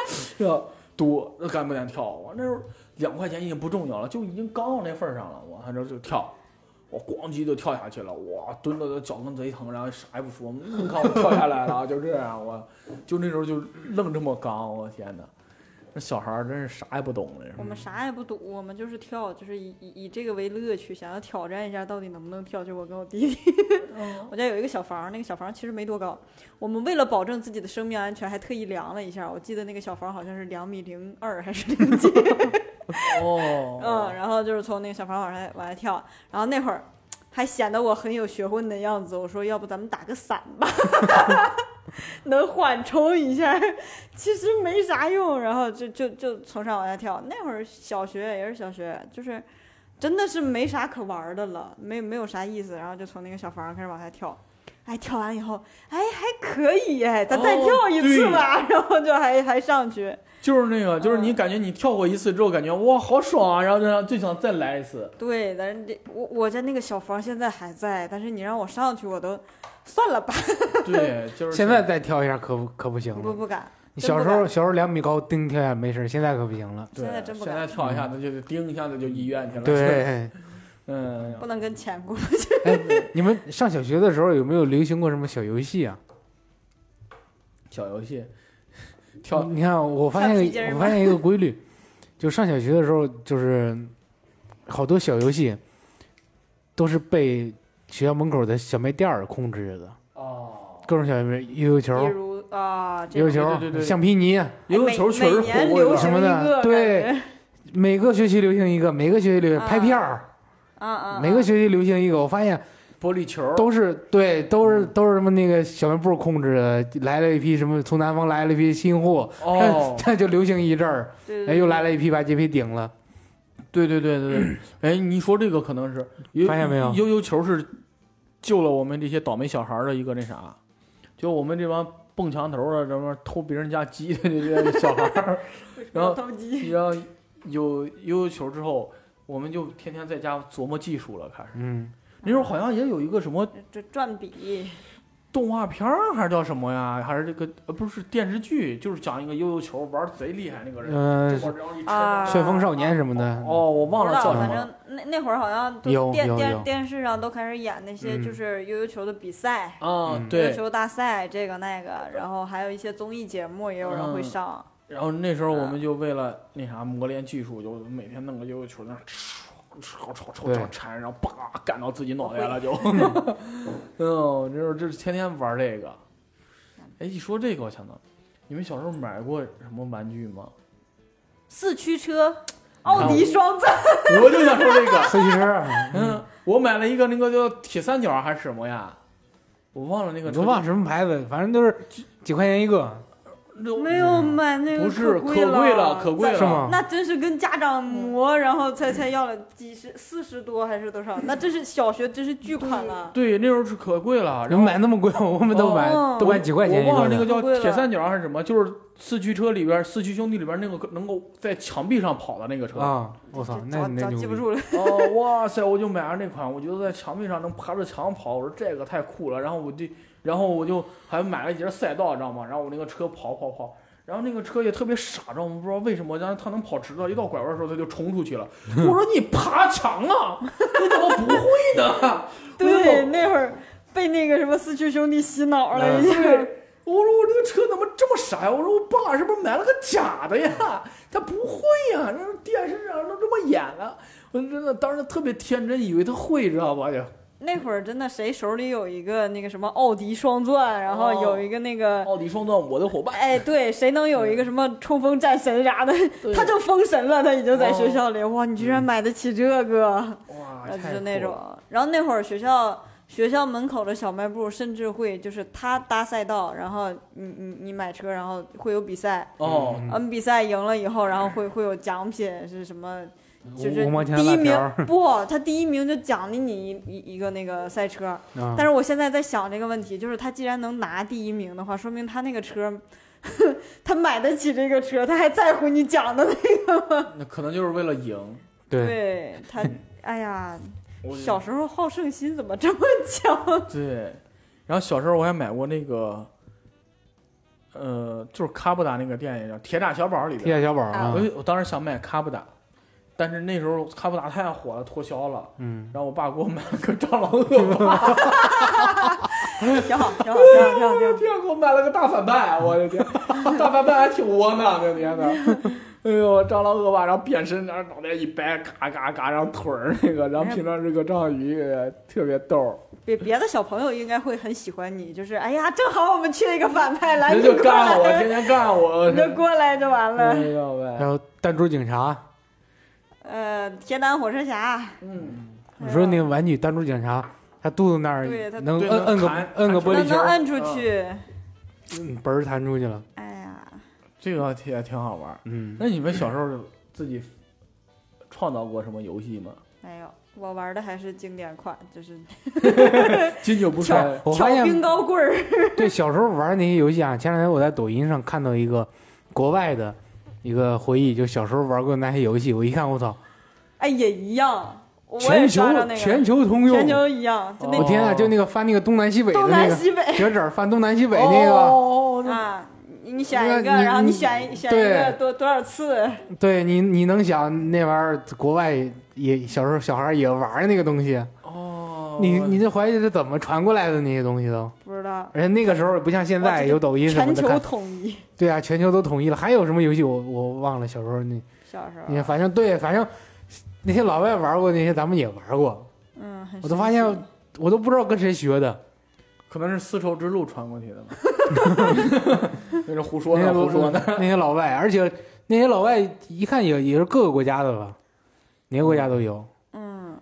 Speaker 1: 是吧？赌那敢不敢跳？我那时候两块钱已经不重要了，就已经刚到那份儿上了，我还这就跳。我咣叽就跳下去了，哇，蹲的脚跟贼疼，然后啥也不说，你看我跳下来了，就这样，我就那时候就愣这么刚，我天哪，那小孩儿真是啥也不懂，那时候
Speaker 4: 我们啥也不赌，我们就是跳，就是以以以这个为乐趣，想要挑战一下到底能不能跳。就我跟我弟弟， 我家有一个小房，那个小房其实没多高，我们为了保证自己的生命安全，还特意量了一下。我记得那个小房好像是两米零二还是零几，
Speaker 1: 哦，
Speaker 4: 嗯，然后就是从那个小房往上往下跳，然后那会儿还显得我很有学问的样子。我说，要不咱们打个伞吧， 能缓冲一下。其实没啥用，然后就就就从上往下跳。那会儿小学也是小学，就是真的是没啥可玩儿的了，没没有啥意思，然后就从那个小房开始往下跳。哎，跳完以后，哎，还可以哎，咱再
Speaker 1: 哦
Speaker 4: 跳一次吧， 然后就还还上去。
Speaker 1: 就是那个，就是你感觉你跳过一次之后，感觉哇好爽啊，然后就就想再来一 次，
Speaker 4: 对，但是这我我家那个小房现在还在，但是你让我上去，我都算了吧，
Speaker 1: 对，就是
Speaker 2: 现在再跳一下可不可不行
Speaker 4: 不
Speaker 2: 了。
Speaker 4: 不敢。
Speaker 2: 你小时候小时候两米高，叮跳一下没事儿，现在可不行了。
Speaker 1: 对
Speaker 4: 现在真不
Speaker 1: 现在
Speaker 4: 敢，
Speaker 1: 跳一下子就得叮一下子就医院去了，，
Speaker 2: 对，
Speaker 1: 嗯，
Speaker 4: 不能跟钱过。
Speaker 2: 哎，你们上小学的时候有没有流行过什么小游戏啊？
Speaker 1: 小游戏，跳
Speaker 2: 你看，我发
Speaker 4: 跳皮筋
Speaker 2: 现
Speaker 4: 儿
Speaker 2: 我
Speaker 4: 吗
Speaker 2: 发现一个规律，就上小学的时候，就是好多小游戏都是被学校门口的小卖店儿控制的，
Speaker 1: 哦，
Speaker 2: 各种小游戏，悠悠球
Speaker 4: 比
Speaker 2: 儿、
Speaker 4: 如啊，这
Speaker 2: 悠悠
Speaker 4: 种
Speaker 2: 球
Speaker 1: 对对对对
Speaker 2: 儿、橡皮泥，
Speaker 1: 游泳
Speaker 4: 每
Speaker 1: 球确实
Speaker 4: 每年
Speaker 1: 火过一
Speaker 4: 流
Speaker 1: 段
Speaker 2: 什
Speaker 4: 行
Speaker 1: 儿，
Speaker 2: 么
Speaker 4: 一
Speaker 2: 的
Speaker 4: 个，
Speaker 2: 对
Speaker 4: 感觉，
Speaker 2: 每个学期流行一个，每个学期流行
Speaker 4: 啊
Speaker 2: 拍片儿，
Speaker 4: 啊啊，
Speaker 2: 每个学期流行一个。我发现
Speaker 1: 玻璃球，
Speaker 2: 都是对，都是都是什么那个小卖部控制的，来了一批什么从南方来了一批新货，
Speaker 1: 哦，
Speaker 2: 那就流行一阵儿，
Speaker 4: 对
Speaker 2: 哎，又来了一批把这批顶了。
Speaker 1: 对对对对 对，哎，你说这个可能是悠
Speaker 2: 发现没有
Speaker 1: 悠悠球是救了我们这些倒霉小孩儿的一个那啥，就我们这帮蹦墙头儿的，这帮偷别人家鸡的这些小孩儿。然后
Speaker 4: 投机，
Speaker 1: 然后有悠悠球之后，我们就天天在家琢磨技术了。开始
Speaker 2: 嗯，
Speaker 1: 那时候好像也有一个什么
Speaker 4: 这这转笔，
Speaker 1: 动画片儿，还是叫什么呀？还是这个呃不是电视剧，就是讲一个悠悠球玩儿贼厉害那个人，
Speaker 2: 嗯
Speaker 1: 这，会儿然后一吃
Speaker 4: 啊
Speaker 2: 旋风少年什么的，
Speaker 1: 哦，我忘
Speaker 4: 不
Speaker 1: 了
Speaker 4: 知道，
Speaker 1: 叫什
Speaker 4: 反
Speaker 1: 么了。
Speaker 4: 正那那会儿好像
Speaker 2: 有
Speaker 4: 都电
Speaker 2: 有有
Speaker 4: 电电视上都开始演那些
Speaker 2: 嗯
Speaker 4: 就是悠悠球的比赛，
Speaker 1: 啊，
Speaker 2: 嗯
Speaker 4: 悠悠
Speaker 1: 对，
Speaker 4: 球大赛这个那个，然后还有一些综艺节目也有人
Speaker 2: 嗯
Speaker 4: 会上，
Speaker 1: 然后那时候我们就为了那啥磨练技术，就每天弄个悠悠球那儿抽抽抽抽
Speaker 2: 对
Speaker 1: 缠，然后叭干到自己脑袋了就。 嗯，那时候就是天天玩这个。哎，一说这个我想到，你们小时候买过什么玩具吗？
Speaker 4: 四驱车、奥迪双钻，
Speaker 1: 我就想说这个。
Speaker 2: 四驱车，
Speaker 1: 嗯，我买了一个那个叫铁三角还是什么呀？我忘了那个啊
Speaker 2: 我
Speaker 1: 车
Speaker 2: 都忘什么牌子，反正都是几块钱一个。
Speaker 1: 那
Speaker 4: 没有买那
Speaker 1: 嗯
Speaker 4: 个
Speaker 1: 不是
Speaker 4: 可
Speaker 1: 可贵了
Speaker 4: 了，
Speaker 1: 可贵
Speaker 4: 在
Speaker 1: 了
Speaker 2: 是吗？
Speaker 4: 那真是跟家长磨，然后才才要了几十四十多还是多少？那真是小学真是巨款了。
Speaker 1: 对，那时候是可贵了。
Speaker 2: 人
Speaker 1: 然后
Speaker 2: 买那么贵，我们都买
Speaker 4: 哦
Speaker 2: 都买几块钱一
Speaker 1: 我忘了
Speaker 2: 个
Speaker 1: 那个
Speaker 2: 的。
Speaker 1: 叫
Speaker 4: 可贵了
Speaker 1: 铁三角还是什么，就是四驱车里边四驱兄弟里边那个能够在墙壁上跑的那个车。
Speaker 2: 啊！我操，
Speaker 4: 这
Speaker 2: 那
Speaker 4: 早
Speaker 2: 你那
Speaker 4: 早
Speaker 2: 牛
Speaker 4: 记不
Speaker 2: 逼！
Speaker 4: 住了。
Speaker 1: 哦，哇塞！我就买了那款，我觉得在墙壁上能爬着墙跑，我说这个太酷了。然后我就，然后我就还买了一节赛道，你知道吗？然后我那个车跑跑跑，然后那个车也特别傻，知道吗？不知道为什么，然后它能跑直道，一到拐弯的时候它就冲出去了。我说你爬墙啊，你怎么不会呢？
Speaker 4: 对，那会儿被那个什么四驱兄弟洗脑了，
Speaker 2: 嗯
Speaker 4: 已经。
Speaker 1: 对，我说我这个车怎么这么傻呀？我说我爸是不是买了个假的呀？他不会呀，那电视上都这么演了。我真的当时特别天真，以为他会，知道吧？也
Speaker 4: 那会儿真的谁手里有一个那个什么奥迪双钻，然后有一个那个。
Speaker 1: 奥迪双钻，我的伙伴。
Speaker 4: 哎，对，谁能有一个什么冲锋战神啥的，他就封神了。他已
Speaker 1: 哦
Speaker 4: 经在学校里，哇，你居
Speaker 1: 嗯
Speaker 4: 然买得起这个，
Speaker 2: 啊
Speaker 1: 哇，
Speaker 4: 呃就
Speaker 1: 太
Speaker 4: 是
Speaker 1: 酷
Speaker 4: 那
Speaker 1: 了
Speaker 4: 种。然后那会儿学校学校门口的小卖部，甚至会就是他搭赛道，然后你你你买车，然后会有比赛，
Speaker 1: 哦，
Speaker 2: 嗯
Speaker 4: 嗯，比赛赢了以后，然后会会有奖品是什么？就是
Speaker 2: 五毛钱的
Speaker 4: 第一
Speaker 2: 辣条
Speaker 4: 名
Speaker 2: 儿
Speaker 4: 不，他第一名就奖励你一一一个那个赛车。
Speaker 2: 啊
Speaker 4: 但是我现在在想这个问题，就是他既然能拿第一名的话，说明他那个车， 他买得起这个车，他还在乎你讲的那个。
Speaker 1: 那可能就是为了赢。
Speaker 2: 对，
Speaker 4: 对 他，哎呀，
Speaker 1: 我
Speaker 4: 小时候好胜心怎么这么强？
Speaker 1: 对，然后小时候我还买过那个，呃，就是卡布达那个电影叫《铁打小宝》里
Speaker 2: 铁
Speaker 1: 边。
Speaker 2: 甲小宝啊
Speaker 1: 我，就我当时想买卡布达，但是那时候卡布达太火了，脱销了。
Speaker 2: 嗯，
Speaker 1: 然后我爸给我买了个蟑螂恶霸，
Speaker 4: 挺好，挺好，挺好，挺好，挺好。
Speaker 1: 天给我买了个大反派，啊我的天， 大反派还挺窝囊的，天呐。哎呦，蟑螂恶霸，然后变身，然后脑袋一掰，嘎嘎嘎，然后腿儿那个，然后平常是个章鱼，哎特别逗儿。
Speaker 4: 别别的小朋友应该会很喜欢你，就是哎呀，正好我们缺一个反派来，
Speaker 1: 人
Speaker 4: 你
Speaker 1: 就
Speaker 4: 过
Speaker 1: 干我，天
Speaker 4: 来，
Speaker 1: 天干哎我，
Speaker 4: 你就过来就完
Speaker 2: 嗯
Speaker 4: 了。
Speaker 1: 没有
Speaker 2: 还
Speaker 1: 呗。
Speaker 2: 有弹珠警
Speaker 1: 哎
Speaker 2: 察，
Speaker 4: 呃，铁胆火车侠，
Speaker 1: 嗯，
Speaker 2: 你说那个玩具弹珠警察，他肚子那儿
Speaker 4: 对他
Speaker 2: 能
Speaker 1: 对
Speaker 2: 摁
Speaker 1: 能
Speaker 2: 摁个
Speaker 1: 弹
Speaker 2: 摁
Speaker 1: 弹
Speaker 2: 个
Speaker 1: 出
Speaker 2: 玻
Speaker 1: 来
Speaker 4: 呃能
Speaker 2: 璃球
Speaker 4: 能
Speaker 2: 儿，
Speaker 4: 摁出去，
Speaker 2: 嗯嘣儿弹出去了。
Speaker 4: 哎呀，
Speaker 1: 这个也挺好玩儿。
Speaker 2: 嗯，
Speaker 1: 那你们小时候自己创造过什么游戏吗？
Speaker 4: 没有，我玩的还是经典款，就是
Speaker 1: 经久不
Speaker 2: 哎
Speaker 1: 衰。
Speaker 2: 我
Speaker 4: 挑
Speaker 2: 发现
Speaker 4: 冰糕棍儿。
Speaker 2: 对，小时候玩那些游戏啊，前两天我在抖音上看到一个国外的一个回忆，就小时候玩过那些游戏，我一看，我操，
Speaker 4: 哎，也一样，我也
Speaker 2: 全球
Speaker 4: 刷到那个
Speaker 2: 全球通用，
Speaker 4: 全球一样，就那
Speaker 2: 我
Speaker 1: 哦
Speaker 2: 天啊，就那个翻那个东南西北的
Speaker 4: 东
Speaker 2: 那
Speaker 4: 南
Speaker 2: 个
Speaker 4: 西北
Speaker 2: 折纸翻东南西北那个，
Speaker 1: 哦，那
Speaker 4: 啊，你你选一个，
Speaker 2: 那你
Speaker 4: 然后你选选一个
Speaker 2: 对
Speaker 4: 多多少次？
Speaker 2: 对你你能想那玩意儿国外也小时候小孩也玩那个东西，
Speaker 1: 哦，
Speaker 2: 你你这怀疑是怎么传过来的那些东西都，
Speaker 4: 不知道，
Speaker 2: 而且那个时候也不像现
Speaker 4: 哇
Speaker 2: 在
Speaker 4: 这
Speaker 2: 有抖音什么
Speaker 4: 哦全
Speaker 2: 的
Speaker 4: 球
Speaker 2: 看，
Speaker 4: 统一。
Speaker 2: 对啊，全球都统一了，还有什么游戏我我忘了小时候那。
Speaker 4: 小时
Speaker 2: 你
Speaker 4: 候，
Speaker 2: 反正对，反正那些老外玩过那些，咱们也玩过，
Speaker 4: 嗯，很
Speaker 2: 我都发现
Speaker 4: 神奇
Speaker 2: 我都不知道跟谁学的。
Speaker 1: 可能是丝绸之路传过去的 吧。那是胡说
Speaker 2: 那些
Speaker 1: 呢，
Speaker 2: 老
Speaker 1: 胡说 呢。
Speaker 2: 那些老外，而且那些老外一看也也是各个国家的吧，哪个国家都有。
Speaker 4: 嗯，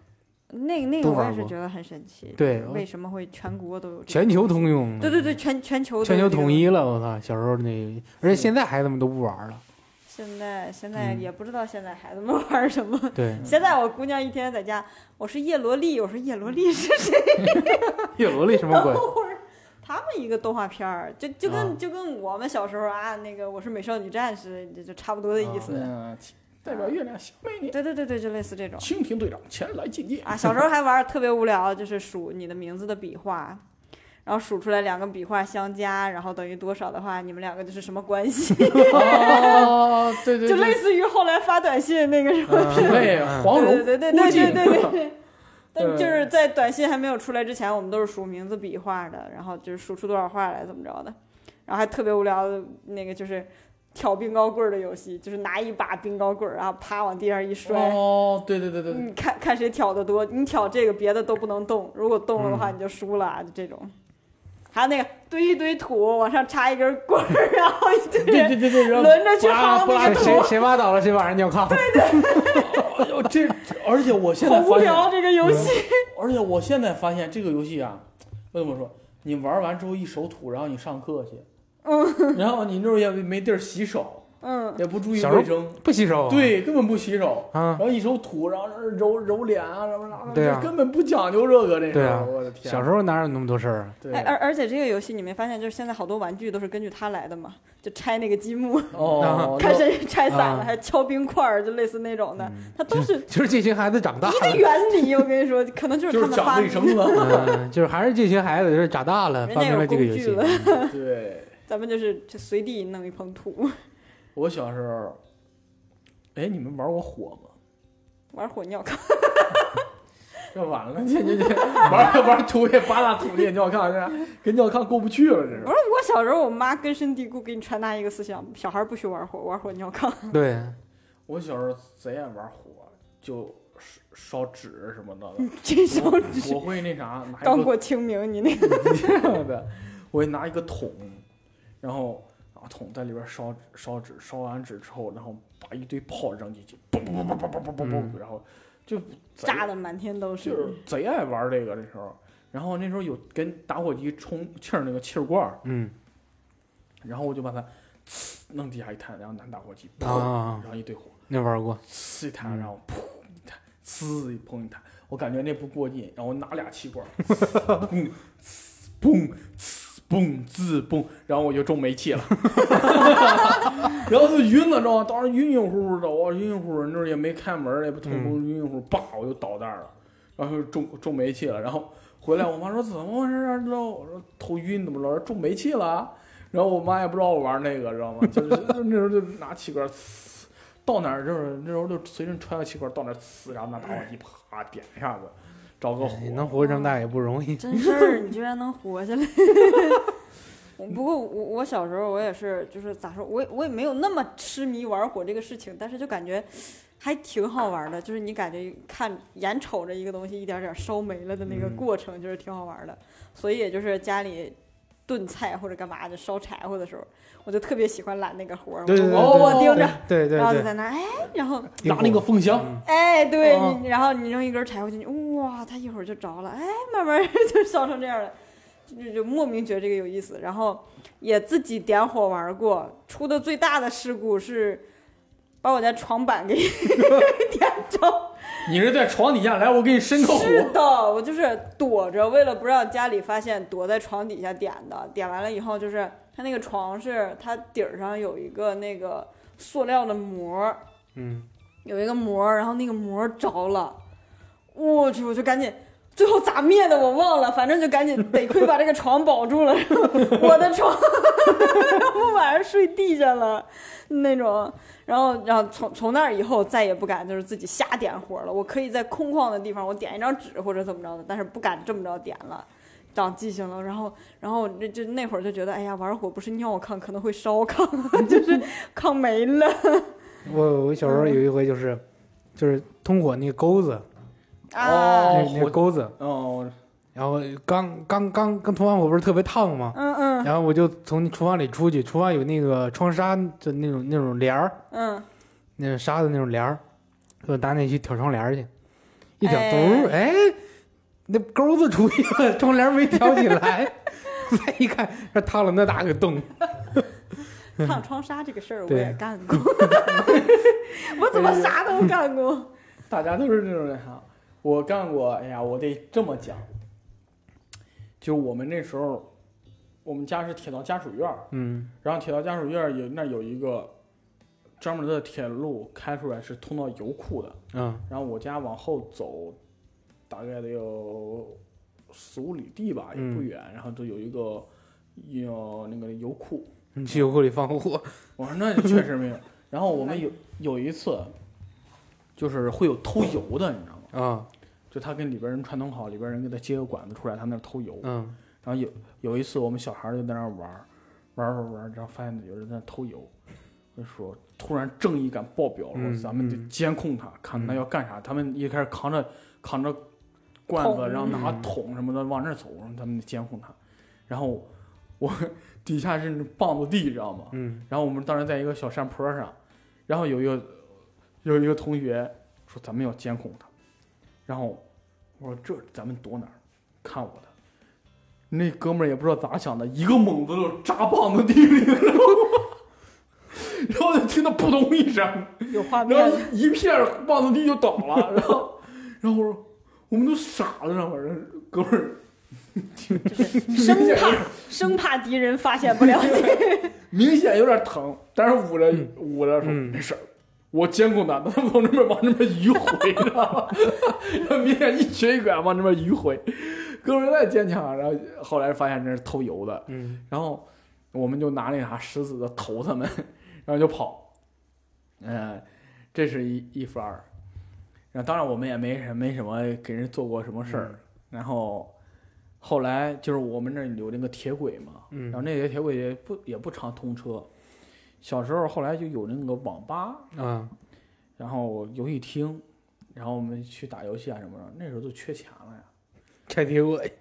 Speaker 4: 那个那
Speaker 2: 都
Speaker 4: 个我
Speaker 2: 玩
Speaker 4: 也是
Speaker 2: 过
Speaker 4: 觉得很神奇。
Speaker 2: 对
Speaker 4: 就是为什么会全国都有？
Speaker 2: 全球通用，
Speaker 4: 对对对，全全球都
Speaker 2: 全
Speaker 4: 有
Speaker 2: 球
Speaker 4: 这个
Speaker 2: 统一了。我操，小时候那，而且现在孩子们都不玩了。
Speaker 4: 现在现在
Speaker 2: 嗯
Speaker 4: 也不知道现在孩子们玩儿什么。
Speaker 2: 对，
Speaker 4: 现在我姑娘一天在家，我是叶罗丽，我说叶罗丽是谁？
Speaker 2: 叶罗丽什么鬼？
Speaker 4: 他们一个动画片儿，就就跟、
Speaker 2: 啊
Speaker 4: 就跟我们小时候啊，那个我是美少女战士，就就差不多的
Speaker 2: 啊
Speaker 4: 意思。
Speaker 1: 嗯，代表月亮小美女，
Speaker 4: 对对对对，就类似这种
Speaker 1: 蜻蜓队长前来觐见。
Speaker 4: 啊。小时候还玩儿特别无聊，就是数你的名字的笔画。然后数出来两个笔画相加，然后等于多少的话，你们两个就是什么关系？
Speaker 1: 哦，对 对
Speaker 4: 就类
Speaker 1: 对，
Speaker 4: 似于后来发短信那个什么，
Speaker 1: 品味
Speaker 2: 呃
Speaker 1: 黄嗯蓉，
Speaker 4: 对对对
Speaker 1: 郭
Speaker 4: 对
Speaker 1: 靖
Speaker 4: 对对对 对。但
Speaker 1: 对
Speaker 4: 就是在短信还没有出来之前，我们都是数名字笔画的，然后就是数出多少画来怎么着的，然后还特别无聊的那个就是挑冰糕棍儿的游戏，就是拿一把冰糕棍儿，然后啪往地上一摔，
Speaker 1: 哦，对对对对，
Speaker 4: 你看看谁挑的多，你挑这个别的都不能动，如果动了的话
Speaker 1: 嗯
Speaker 4: 你就输了，啊就这种。还有那个堆一堆土，往上插一根棍儿， 然后一堆
Speaker 1: 对
Speaker 4: 人
Speaker 1: 对对对，然后
Speaker 4: 轮着去
Speaker 1: 拉
Speaker 4: 薅
Speaker 1: 不
Speaker 4: 那
Speaker 1: 拉
Speaker 4: 个
Speaker 2: 谁
Speaker 4: 土，
Speaker 2: 谁谁挖倒了，谁晚上尿炕。
Speaker 1: 哎呦，这而且我现
Speaker 4: 好
Speaker 1: 在
Speaker 4: 无
Speaker 1: 发现，嗯
Speaker 4: 聊这个游戏。
Speaker 1: 而且我现在发现这个游戏啊，我怎么说？你玩完之后一手土，然后你上课去， 然后你那时候也没地儿洗手，
Speaker 4: 嗯，
Speaker 1: 也不注意
Speaker 2: 小时候
Speaker 1: 卫生，
Speaker 2: 不洗手啊，
Speaker 1: 对，根本不洗手，
Speaker 2: 啊
Speaker 1: 然，后一手土，然后揉揉脸啊什么啥的，
Speaker 2: 对啊
Speaker 1: 这根本不讲究这个那时
Speaker 2: 对
Speaker 1: 候
Speaker 2: 啊
Speaker 1: 我的天，
Speaker 2: 小时候哪有那么多事儿啊？
Speaker 1: 对
Speaker 4: 哎，而而且这个游戏你没发现，就是现在好多玩具都是根据它来的嘛，就拆那个积木，
Speaker 1: 哦，
Speaker 4: 看谁拆散了，
Speaker 2: 啊
Speaker 4: 还敲冰块儿，就类似那种的，
Speaker 1: 嗯
Speaker 4: 它都是
Speaker 2: 就是这群孩子长大
Speaker 4: 一个
Speaker 2: 了，
Speaker 4: 原理。我跟你说，可能就
Speaker 1: 那
Speaker 4: 是
Speaker 1: 就是
Speaker 4: 他们
Speaker 1: 讲
Speaker 4: 发
Speaker 1: 卫生
Speaker 4: 明的。
Speaker 1: 了，
Speaker 2: 嗯，就是还是这群孩子就是长大了，
Speaker 4: 人家
Speaker 2: 发明
Speaker 4: 有
Speaker 2: 了这个
Speaker 4: 工
Speaker 2: 游
Speaker 4: 具
Speaker 2: 戏
Speaker 4: 了，，
Speaker 2: 嗯
Speaker 1: 对。
Speaker 4: 咱们就是就随地弄一捧土，
Speaker 1: 我小时候，哎，你们玩过火吗？
Speaker 4: 玩火尿炕。
Speaker 1: 这完了，这这这玩玩土也扒拉土也尿炕，这跟尿炕过不去了，这
Speaker 4: 不
Speaker 1: 是。
Speaker 4: 是我小时候，我妈根深蒂固给你传达一个思想：小孩儿不许玩火，玩火尿炕。
Speaker 2: 对，啊
Speaker 1: 我小时候贼爱玩火，就烧纸什么 的。
Speaker 4: 这时候
Speaker 1: 我会那啥，拿
Speaker 4: 刚
Speaker 1: 一个
Speaker 4: 过清明，你那个
Speaker 1: 的，我会拿一个桶，然后拿桶在里边烧烧纸，烧完纸之后，然后把一堆炮扔进去，嘣嘣嘣嘣嘣嘣嘣嘣，然后就贼
Speaker 4: 嗯炸的满天都
Speaker 1: 就是
Speaker 2: 嗯
Speaker 4: 是。
Speaker 1: 贼爱玩这个那时候。然后那时候有跟打火机充气儿那个气儿罐儿，
Speaker 2: 嗯
Speaker 1: 然后我就把它呲弄地下一摊，然后拿打火机砰，
Speaker 2: 啊
Speaker 1: 然，后一堆火
Speaker 2: 那玩过，
Speaker 1: 呲一
Speaker 2: 嗯
Speaker 1: 摊，然后噗一摊，呲一砰一摊，我感觉那不过劲，然后我拿俩气罐，砰呲砰呲砰呲砰，然后我就中煤气了，然后就晕了，知道吗？当时晕晕乎乎的，我晕晕乎乎，那时候也没开门，也不通风，晕晕乎，叭我就倒那儿了，然后就中中煤气了，然后。回来，我妈说怎么回事啊？知道我说头晕，怎么着？中煤气了啊、然后我妈也不知道我玩那个，知道吗？就是 就那时候就拿气罐，呲到哪儿就是那时候就随身揣个气罐，到哪儿呲，然后拿打火机啪点一下子，着
Speaker 4: 哦
Speaker 1: 个火。
Speaker 2: 哎能活这么大也不容易。
Speaker 4: 真事儿，你居然能活下来。不过我我小时候我也是，就是咋说，我也我也没有那么痴迷玩火这个事情，但是就感觉还挺好玩的，就是你感觉看眼瞅着一个东西一点点烧没了的那个
Speaker 1: 嗯
Speaker 4: 过程，就是挺好玩的。所以也就是家里炖菜或者干嘛的烧柴火的时候，我就特别喜欢揽那个活儿，
Speaker 2: 对对对
Speaker 4: 我哦我
Speaker 1: 对
Speaker 4: 盯着，
Speaker 2: 对对
Speaker 4: 然后就
Speaker 2: 对，
Speaker 4: 在那儿哎，然后
Speaker 1: 拿那个风箱，
Speaker 2: 嗯
Speaker 4: 哎，对
Speaker 1: 哦
Speaker 4: 你，然后你扔一根柴火进去，哇，它一会儿就着了，哎，慢慢儿 就烧成这样了，就就莫名觉得这个有意思。然后也自己点火玩过，出的最大的事故是把我家床板给 点着。
Speaker 1: 你是在床底下来，我给你伸个火。
Speaker 4: 是的，我就是躲着，为了不让家里发现，躲在床底下点的。点完了以后，就是它那个床是它底儿上有一个那个塑料的膜，
Speaker 2: 嗯，
Speaker 4: 有一个膜儿，然后那个膜儿着了，我去，我就赶紧，最后咋灭的我忘了，反正就赶紧，得亏把这个床保住了，然后我的床， 我晚上睡地下了那种，然后然后从从那儿以后再也不敢就是自己瞎点火了，我可以在空旷的地方我点一张纸或者怎么着的，但是不敢这么着点了。长记性了，然后，然后就就那会儿就觉得，哎呀，玩火不是尿炕，可能会烧炕，就是炕没了。
Speaker 2: 我我小时候
Speaker 4: 嗯
Speaker 2: 有一回就是，就是通火那个钩子，
Speaker 4: 啊，
Speaker 1: 哦
Speaker 2: 那那
Speaker 1: 火
Speaker 2: 个钩子，
Speaker 1: 哦，
Speaker 2: 然后刚刚刚刚通完火不是特别烫吗？
Speaker 4: 嗯嗯。
Speaker 2: 然后我就从厨房里出去，厨房有那个窗纱，就那种那种帘儿，
Speaker 4: 嗯，
Speaker 2: 那种纱的那种帘儿，就拿那去挑窗帘儿去，一挑，
Speaker 4: 哎
Speaker 2: 嘟、哎，那钩子出去了，窗帘没挑起来， 再一看，这烫了那大个洞，
Speaker 4: 嗯烫窗纱这个事儿我
Speaker 2: 对
Speaker 4: 也干 过，我怎么啥都干过？
Speaker 1: 大家都是那种那啥。我干过，哎呀，我得这么讲，就我们那时候，我们家是铁道家属院儿，
Speaker 2: 嗯
Speaker 1: 然后铁道家属院儿有那儿有一个专门的铁路开出来是通到油库的，
Speaker 2: 嗯
Speaker 1: 然后我家往后走，大概得有四五里地吧，也
Speaker 2: 嗯
Speaker 1: 不远，然后就有一个有那个油库，
Speaker 2: 你嗯去油库里放火，
Speaker 1: 我说那确实没有。然后我们有有一次，就是会有偷油的，你知道吗？
Speaker 2: 啊
Speaker 1: 就他跟里边人串通好，里边人给他接个管子出来，他那儿偷油。
Speaker 2: 嗯
Speaker 1: 然后有有一次我们小孩儿就在那儿玩儿，玩儿玩儿玩儿，然后发现有人在那儿偷油，我就说突然正义感爆表了，
Speaker 2: 嗯
Speaker 1: 咱们得
Speaker 2: 嗯
Speaker 1: 监控他，看他要干啥。他们一开始扛着扛着罐子，
Speaker 4: 桶
Speaker 1: 然后拿
Speaker 2: 嗯
Speaker 1: 桶什么的往那儿走，然后咱们得监控他。然后我 底下是那棒子地，你知道吗？
Speaker 2: 嗯
Speaker 1: 然后我们当时在一个小山坡上，然后有一个有一个同学说咱们要监控他，然后我说这咱们躲哪儿？看我的，那哥们儿也不知道咋想的，一个猛子就扎膀子地里，然后 然后就听到扑通一声，
Speaker 4: 有画面
Speaker 1: 然后一片棒子地就倒了，然后然后我说我们都傻了，那会儿哥们儿
Speaker 4: 生怕生怕敌人发现不了 你。
Speaker 1: 明显有点疼，但是捂着、
Speaker 2: 嗯
Speaker 1: 捂着说、
Speaker 2: 嗯
Speaker 1: 没事儿。我监控他，他们从这边往这边迂回，知道吧？然后明显一瘸一拐往这边迂回，哥们儿再坚强。然后后来发现这是偷油的，
Speaker 2: 嗯，
Speaker 1: 然后我们就拿那啥石子子投他们，然后就跑。嗯、这是一一分二。然后当然我们也没什没什么给人做过什么事
Speaker 2: 嗯
Speaker 1: 儿。然后后来就是我们那儿有那个铁轨嘛，
Speaker 2: 嗯
Speaker 1: 然后那些铁轨也不也不常通车。小时候后来就有那个网吧，
Speaker 2: 啊，
Speaker 1: 然后游戏厅，然后我们去打游戏啊什么的。那时候都缺钱了呀，
Speaker 2: 开铁轨，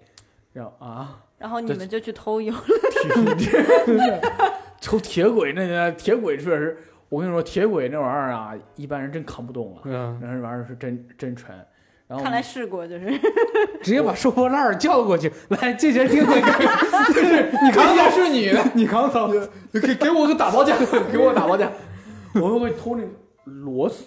Speaker 1: 然后啊。
Speaker 4: 然后你们就去偷油，
Speaker 1: 抽铁轨那个铁轨确实，我跟你说，铁轨那玩意儿啊，一般人真扛不动了。
Speaker 2: 嗯，
Speaker 1: 那玩意儿是真真沉，然后
Speaker 4: 看来试过就是。
Speaker 2: 直接把收破烂儿叫过去， 来这节 铁轨，你扛
Speaker 1: 也是你的，
Speaker 2: 你扛走，
Speaker 1: 给给我个打 包价，给我打包价。我们会偷那个螺丝，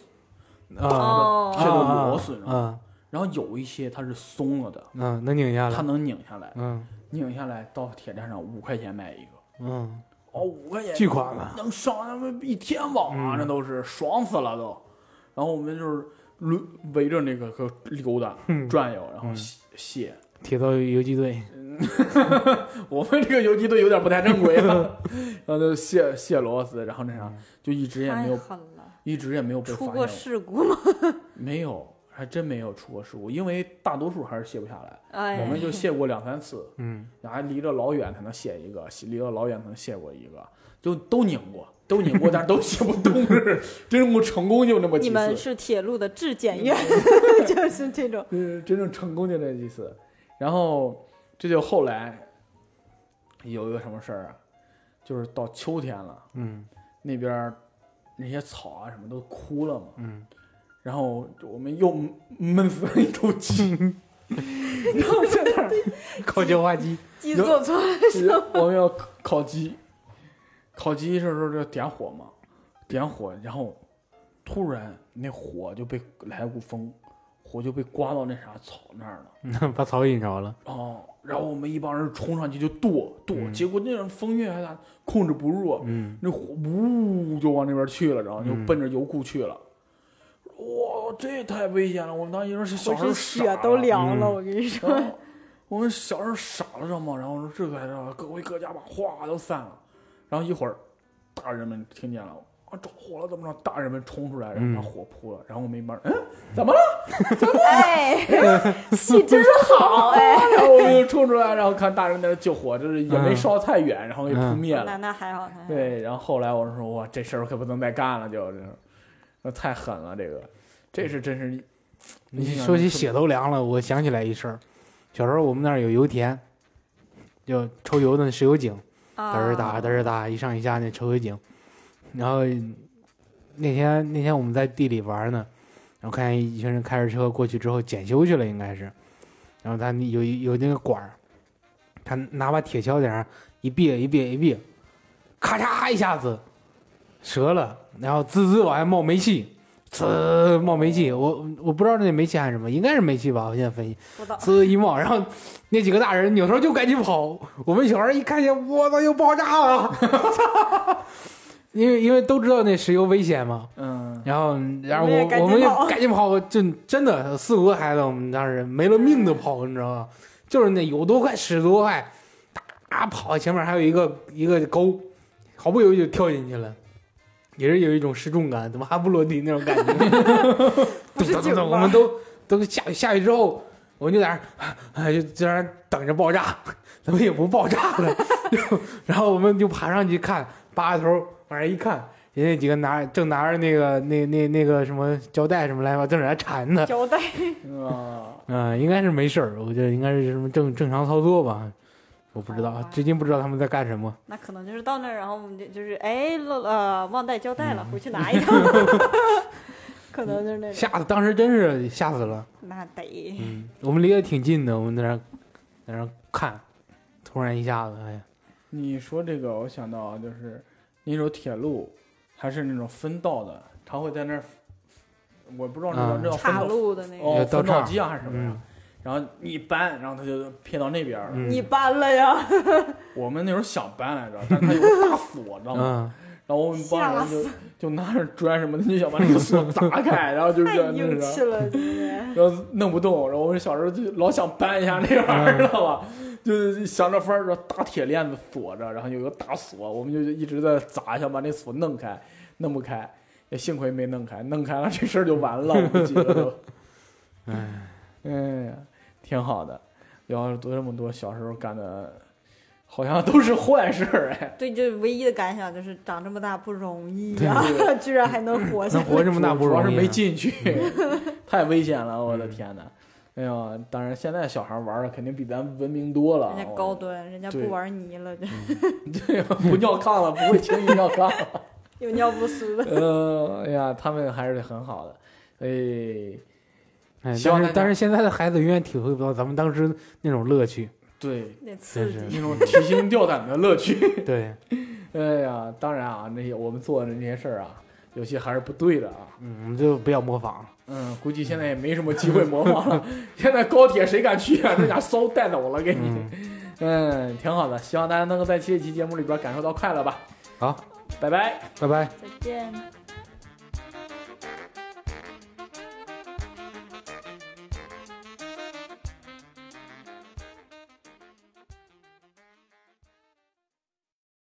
Speaker 1: 这
Speaker 2: 啊
Speaker 4: 哦，
Speaker 1: 都螺丝呢
Speaker 2: 啊
Speaker 1: 然后有一些它是松了的，
Speaker 2: 啊，能拧下
Speaker 1: 它
Speaker 2: 来，
Speaker 1: 能拧下来，
Speaker 2: 嗯
Speaker 1: 拧下来到铁站上五块钱买一个，
Speaker 2: 嗯，
Speaker 1: 哦，五块钱
Speaker 2: 巨款啊了，
Speaker 1: 能上他们一天网啊，
Speaker 2: 嗯
Speaker 1: 那都是爽死了都。然后我们就是轮围着那个个溜达
Speaker 2: 哼
Speaker 1: 转悠，然后
Speaker 2: 嗯
Speaker 1: 卸卸。
Speaker 2: 铁道游击 队，
Speaker 1: 我们这个游击队有点不太正规 啊，然后就卸卸螺丝，然后那啥
Speaker 2: 嗯
Speaker 1: 就一直也没
Speaker 4: 太
Speaker 1: 有，
Speaker 4: 狠了，
Speaker 1: 一直也没有被
Speaker 4: 哎出
Speaker 1: 发
Speaker 4: 过
Speaker 1: 现，
Speaker 4: 事故吗？
Speaker 1: 没有，还真没有出过事故，因为大多数还是卸不下来，
Speaker 4: 哎，
Speaker 1: 我们就卸过两三 次，
Speaker 2: 嗯
Speaker 1: 还离着老远才能卸一个，离着老远才能卸过一个，就都拧过，都拧过，但是都卸不动，是 真正成功就那么几
Speaker 4: 你
Speaker 1: 次。
Speaker 4: 们是铁路的质检院， 就是 这种。
Speaker 1: 嗯，真正成功就那几次。然后这就后来有一个什么事儿啊，就是到秋天了，
Speaker 2: 嗯
Speaker 1: 那边儿那些草啊什么都枯了嘛，
Speaker 2: 嗯，
Speaker 1: 然后我们又闷闷死了一头鸡，然后在那儿
Speaker 2: 烤焦化鸡，
Speaker 4: 鸡做错了什么？
Speaker 1: 我们要烤鸡，烤鸡这时候就点火嘛，点火，然后突然那火就被来了股风，火就被刮到那啥草那儿了。
Speaker 2: 嗯把草引着了，
Speaker 1: 哦，然后我们一帮人冲上去就剁剁，
Speaker 2: 嗯
Speaker 1: 结果那种风越来越大，控制不住，啊
Speaker 2: 嗯
Speaker 1: 那火呜就往那边去了，然后就
Speaker 2: 嗯
Speaker 1: 奔着油库去了。哇，这也太危险了！我们当时是小时候
Speaker 4: 浑身
Speaker 1: 傻
Speaker 4: 血啊都
Speaker 1: 了
Speaker 4: 凉了，
Speaker 2: 嗯
Speaker 4: 我 跟你说。
Speaker 1: 然后我们小时候傻了，知道吗？然后说这个还是各回各家吧，哗都散了。然后一会儿，大人们听见了，啊着火了，怎么着？大人们冲出来，然后把
Speaker 2: 嗯
Speaker 1: 火扑了。然后我们一帮人，嗯，怎么了？
Speaker 4: 哎，戏真好哎。
Speaker 1: 然后我们就冲出来，然后看大人在那救火，就是也没
Speaker 2: 嗯
Speaker 1: 烧太远，然后给扑
Speaker 2: 嗯
Speaker 1: 灭了
Speaker 4: 那。那还好，还好。
Speaker 1: 对，然后后来我说哇，这事儿可不能再干了，就这太狠了，这个这是真是。
Speaker 2: 你说起血都凉了，我想起来一事儿，小时候我们那儿有油田，就抽油的石油井，
Speaker 4: 啊，
Speaker 2: 嘚儿打嘚儿打，一上一下那抽油井。然后那天那天我们在地里玩呢，然后看见一群人开着车过去之后检修去了，应该是。然后他那有一有那个管儿，他拿把铁锹在那儿一别一别一别，咔嚓一下子折了，然后滋滋往外冒煤气。呲冒煤气，我我不知道那煤气还是什么，应该是煤气吧，我现在分析。
Speaker 4: 不倒。
Speaker 2: 呲一冒，然后那几个大人扭头就赶紧跑。我们小孩一看见，我操，又爆炸了！ 因为因为都知道那石油危险嘛，
Speaker 1: 嗯，
Speaker 2: 然后然
Speaker 4: 我
Speaker 2: 后
Speaker 4: 们也
Speaker 2: 我
Speaker 4: 赶紧
Speaker 2: 我们就
Speaker 4: 跑
Speaker 2: 赶紧跑，就真的四五个孩子，我们当时没了命的跑，
Speaker 4: 嗯
Speaker 2: 你知道吗？就是那有多快使多快，啊跑，前面还有一个一个沟，毫不犹豫就跳进去了。也是有一种失重感，怎么还不落地那种感觉？
Speaker 4: 不是
Speaker 2: 噔噔
Speaker 4: 警
Speaker 2: 噔，
Speaker 4: 报
Speaker 2: 我们都都下去下去之后，我们就在那儿 哎，就在那儿等着爆炸，怎么也不爆 炸了。 然后我们就爬上去看，扒着头往上一看，人家几个拿正拿着那个那那那个什么胶带什么来吧，正在那 缠呢。
Speaker 4: 交代
Speaker 1: 啊，
Speaker 2: 嗯、应该是没事儿，我觉得应该是什么正正常操作吧，我不知道
Speaker 1: 啊
Speaker 4: 好吧，
Speaker 2: 至今不知道他们在干什么。
Speaker 4: 那可能就是到那儿，然后我们就就是哎漏呃忘带胶带
Speaker 1: 嗯
Speaker 4: 了，回去拿 一趟。可能就是那种，
Speaker 2: 吓得当时真是吓死了。嗯
Speaker 4: 那得
Speaker 1: 嗯
Speaker 2: 嗯，我们离得挺近的，我们在那儿在那儿看，突然一下子，哎呀，
Speaker 1: 你说这个，我想到啊就是那种铁路，还是那种分道的，它会在那儿，我不知道那个
Speaker 2: 嗯
Speaker 1: 那叫分
Speaker 4: 岔
Speaker 1: 道
Speaker 4: 路的那个，
Speaker 1: 哦，
Speaker 2: 道
Speaker 1: 分道
Speaker 2: 岔
Speaker 1: 机啊还是什么呀
Speaker 2: 嗯？
Speaker 1: 然后你一搬，然后它就偏到那边儿了。
Speaker 2: 嗯
Speaker 4: 你搬了呀？
Speaker 1: 我们那时候想搬来着，但是它有个大锁，知道吗？
Speaker 2: 嗯，
Speaker 1: 然后我们帮
Speaker 4: 吓
Speaker 1: 人
Speaker 4: 死
Speaker 1: 就就拿着砖什么的，就想把那个锁 砸开，然后就
Speaker 4: 太
Speaker 1: 这样
Speaker 4: 硬
Speaker 1: 那
Speaker 4: 气
Speaker 1: 啥，
Speaker 4: 了，你们
Speaker 1: 然后弄不动。然后我小时候就老想搬一下那玩意儿，
Speaker 2: 嗯
Speaker 1: 知道吧？就是想着法儿，大铁链子锁着，然后有一个大锁，我们就一直在砸，想把那锁弄开，弄不开。也幸亏没弄开，弄开了这事儿就完了，我估计了就。哎，挺好的。聊了这么多小时候干的，好像都是坏事儿哎。
Speaker 4: 对，这唯一的感想就是长这么大不容易
Speaker 2: 对
Speaker 4: 呀， 居然还能活下
Speaker 2: 能
Speaker 4: 来。
Speaker 2: 活 这么大
Speaker 1: 主
Speaker 2: 不容
Speaker 1: 主
Speaker 2: 易啊，
Speaker 1: 要是没进去， 太危险了，我的天哪！哎呀，当然现在小孩玩的肯定比咱文明多
Speaker 2: 啊
Speaker 1: 了，
Speaker 4: 人
Speaker 1: 我
Speaker 4: 家
Speaker 2: 哦
Speaker 4: 高端，人家
Speaker 1: 对
Speaker 4: 不玩泥了，这
Speaker 1: 对 不尿炕了，不会轻易尿炕了。
Speaker 4: 有尿不湿 的。
Speaker 1: 呃，哎呀，他们还是很好的。哎，
Speaker 2: 哎。
Speaker 1: 希望大家
Speaker 2: 但是但是现在的孩子永远体会不到咱们当时那种 乐趣，
Speaker 1: 对，
Speaker 4: 那刺
Speaker 2: 真
Speaker 4: 激，
Speaker 1: 那种提心吊胆的乐趣。
Speaker 2: 对，
Speaker 1: 哎呀，当然啊，那些我们做的那些事儿啊，有些还是不对的啊。
Speaker 2: 嗯，我们就不要模仿了。
Speaker 1: 嗯，估计现在也没什么机会模仿了。现在高铁谁敢去啊？那家骚带走了，给你。
Speaker 2: 嗯，
Speaker 1: 嗯，挺好的，希望大家能够在这期节目里边感受到快乐吧。
Speaker 2: 好，
Speaker 1: 拜拜。
Speaker 2: 拜拜。
Speaker 4: 再见。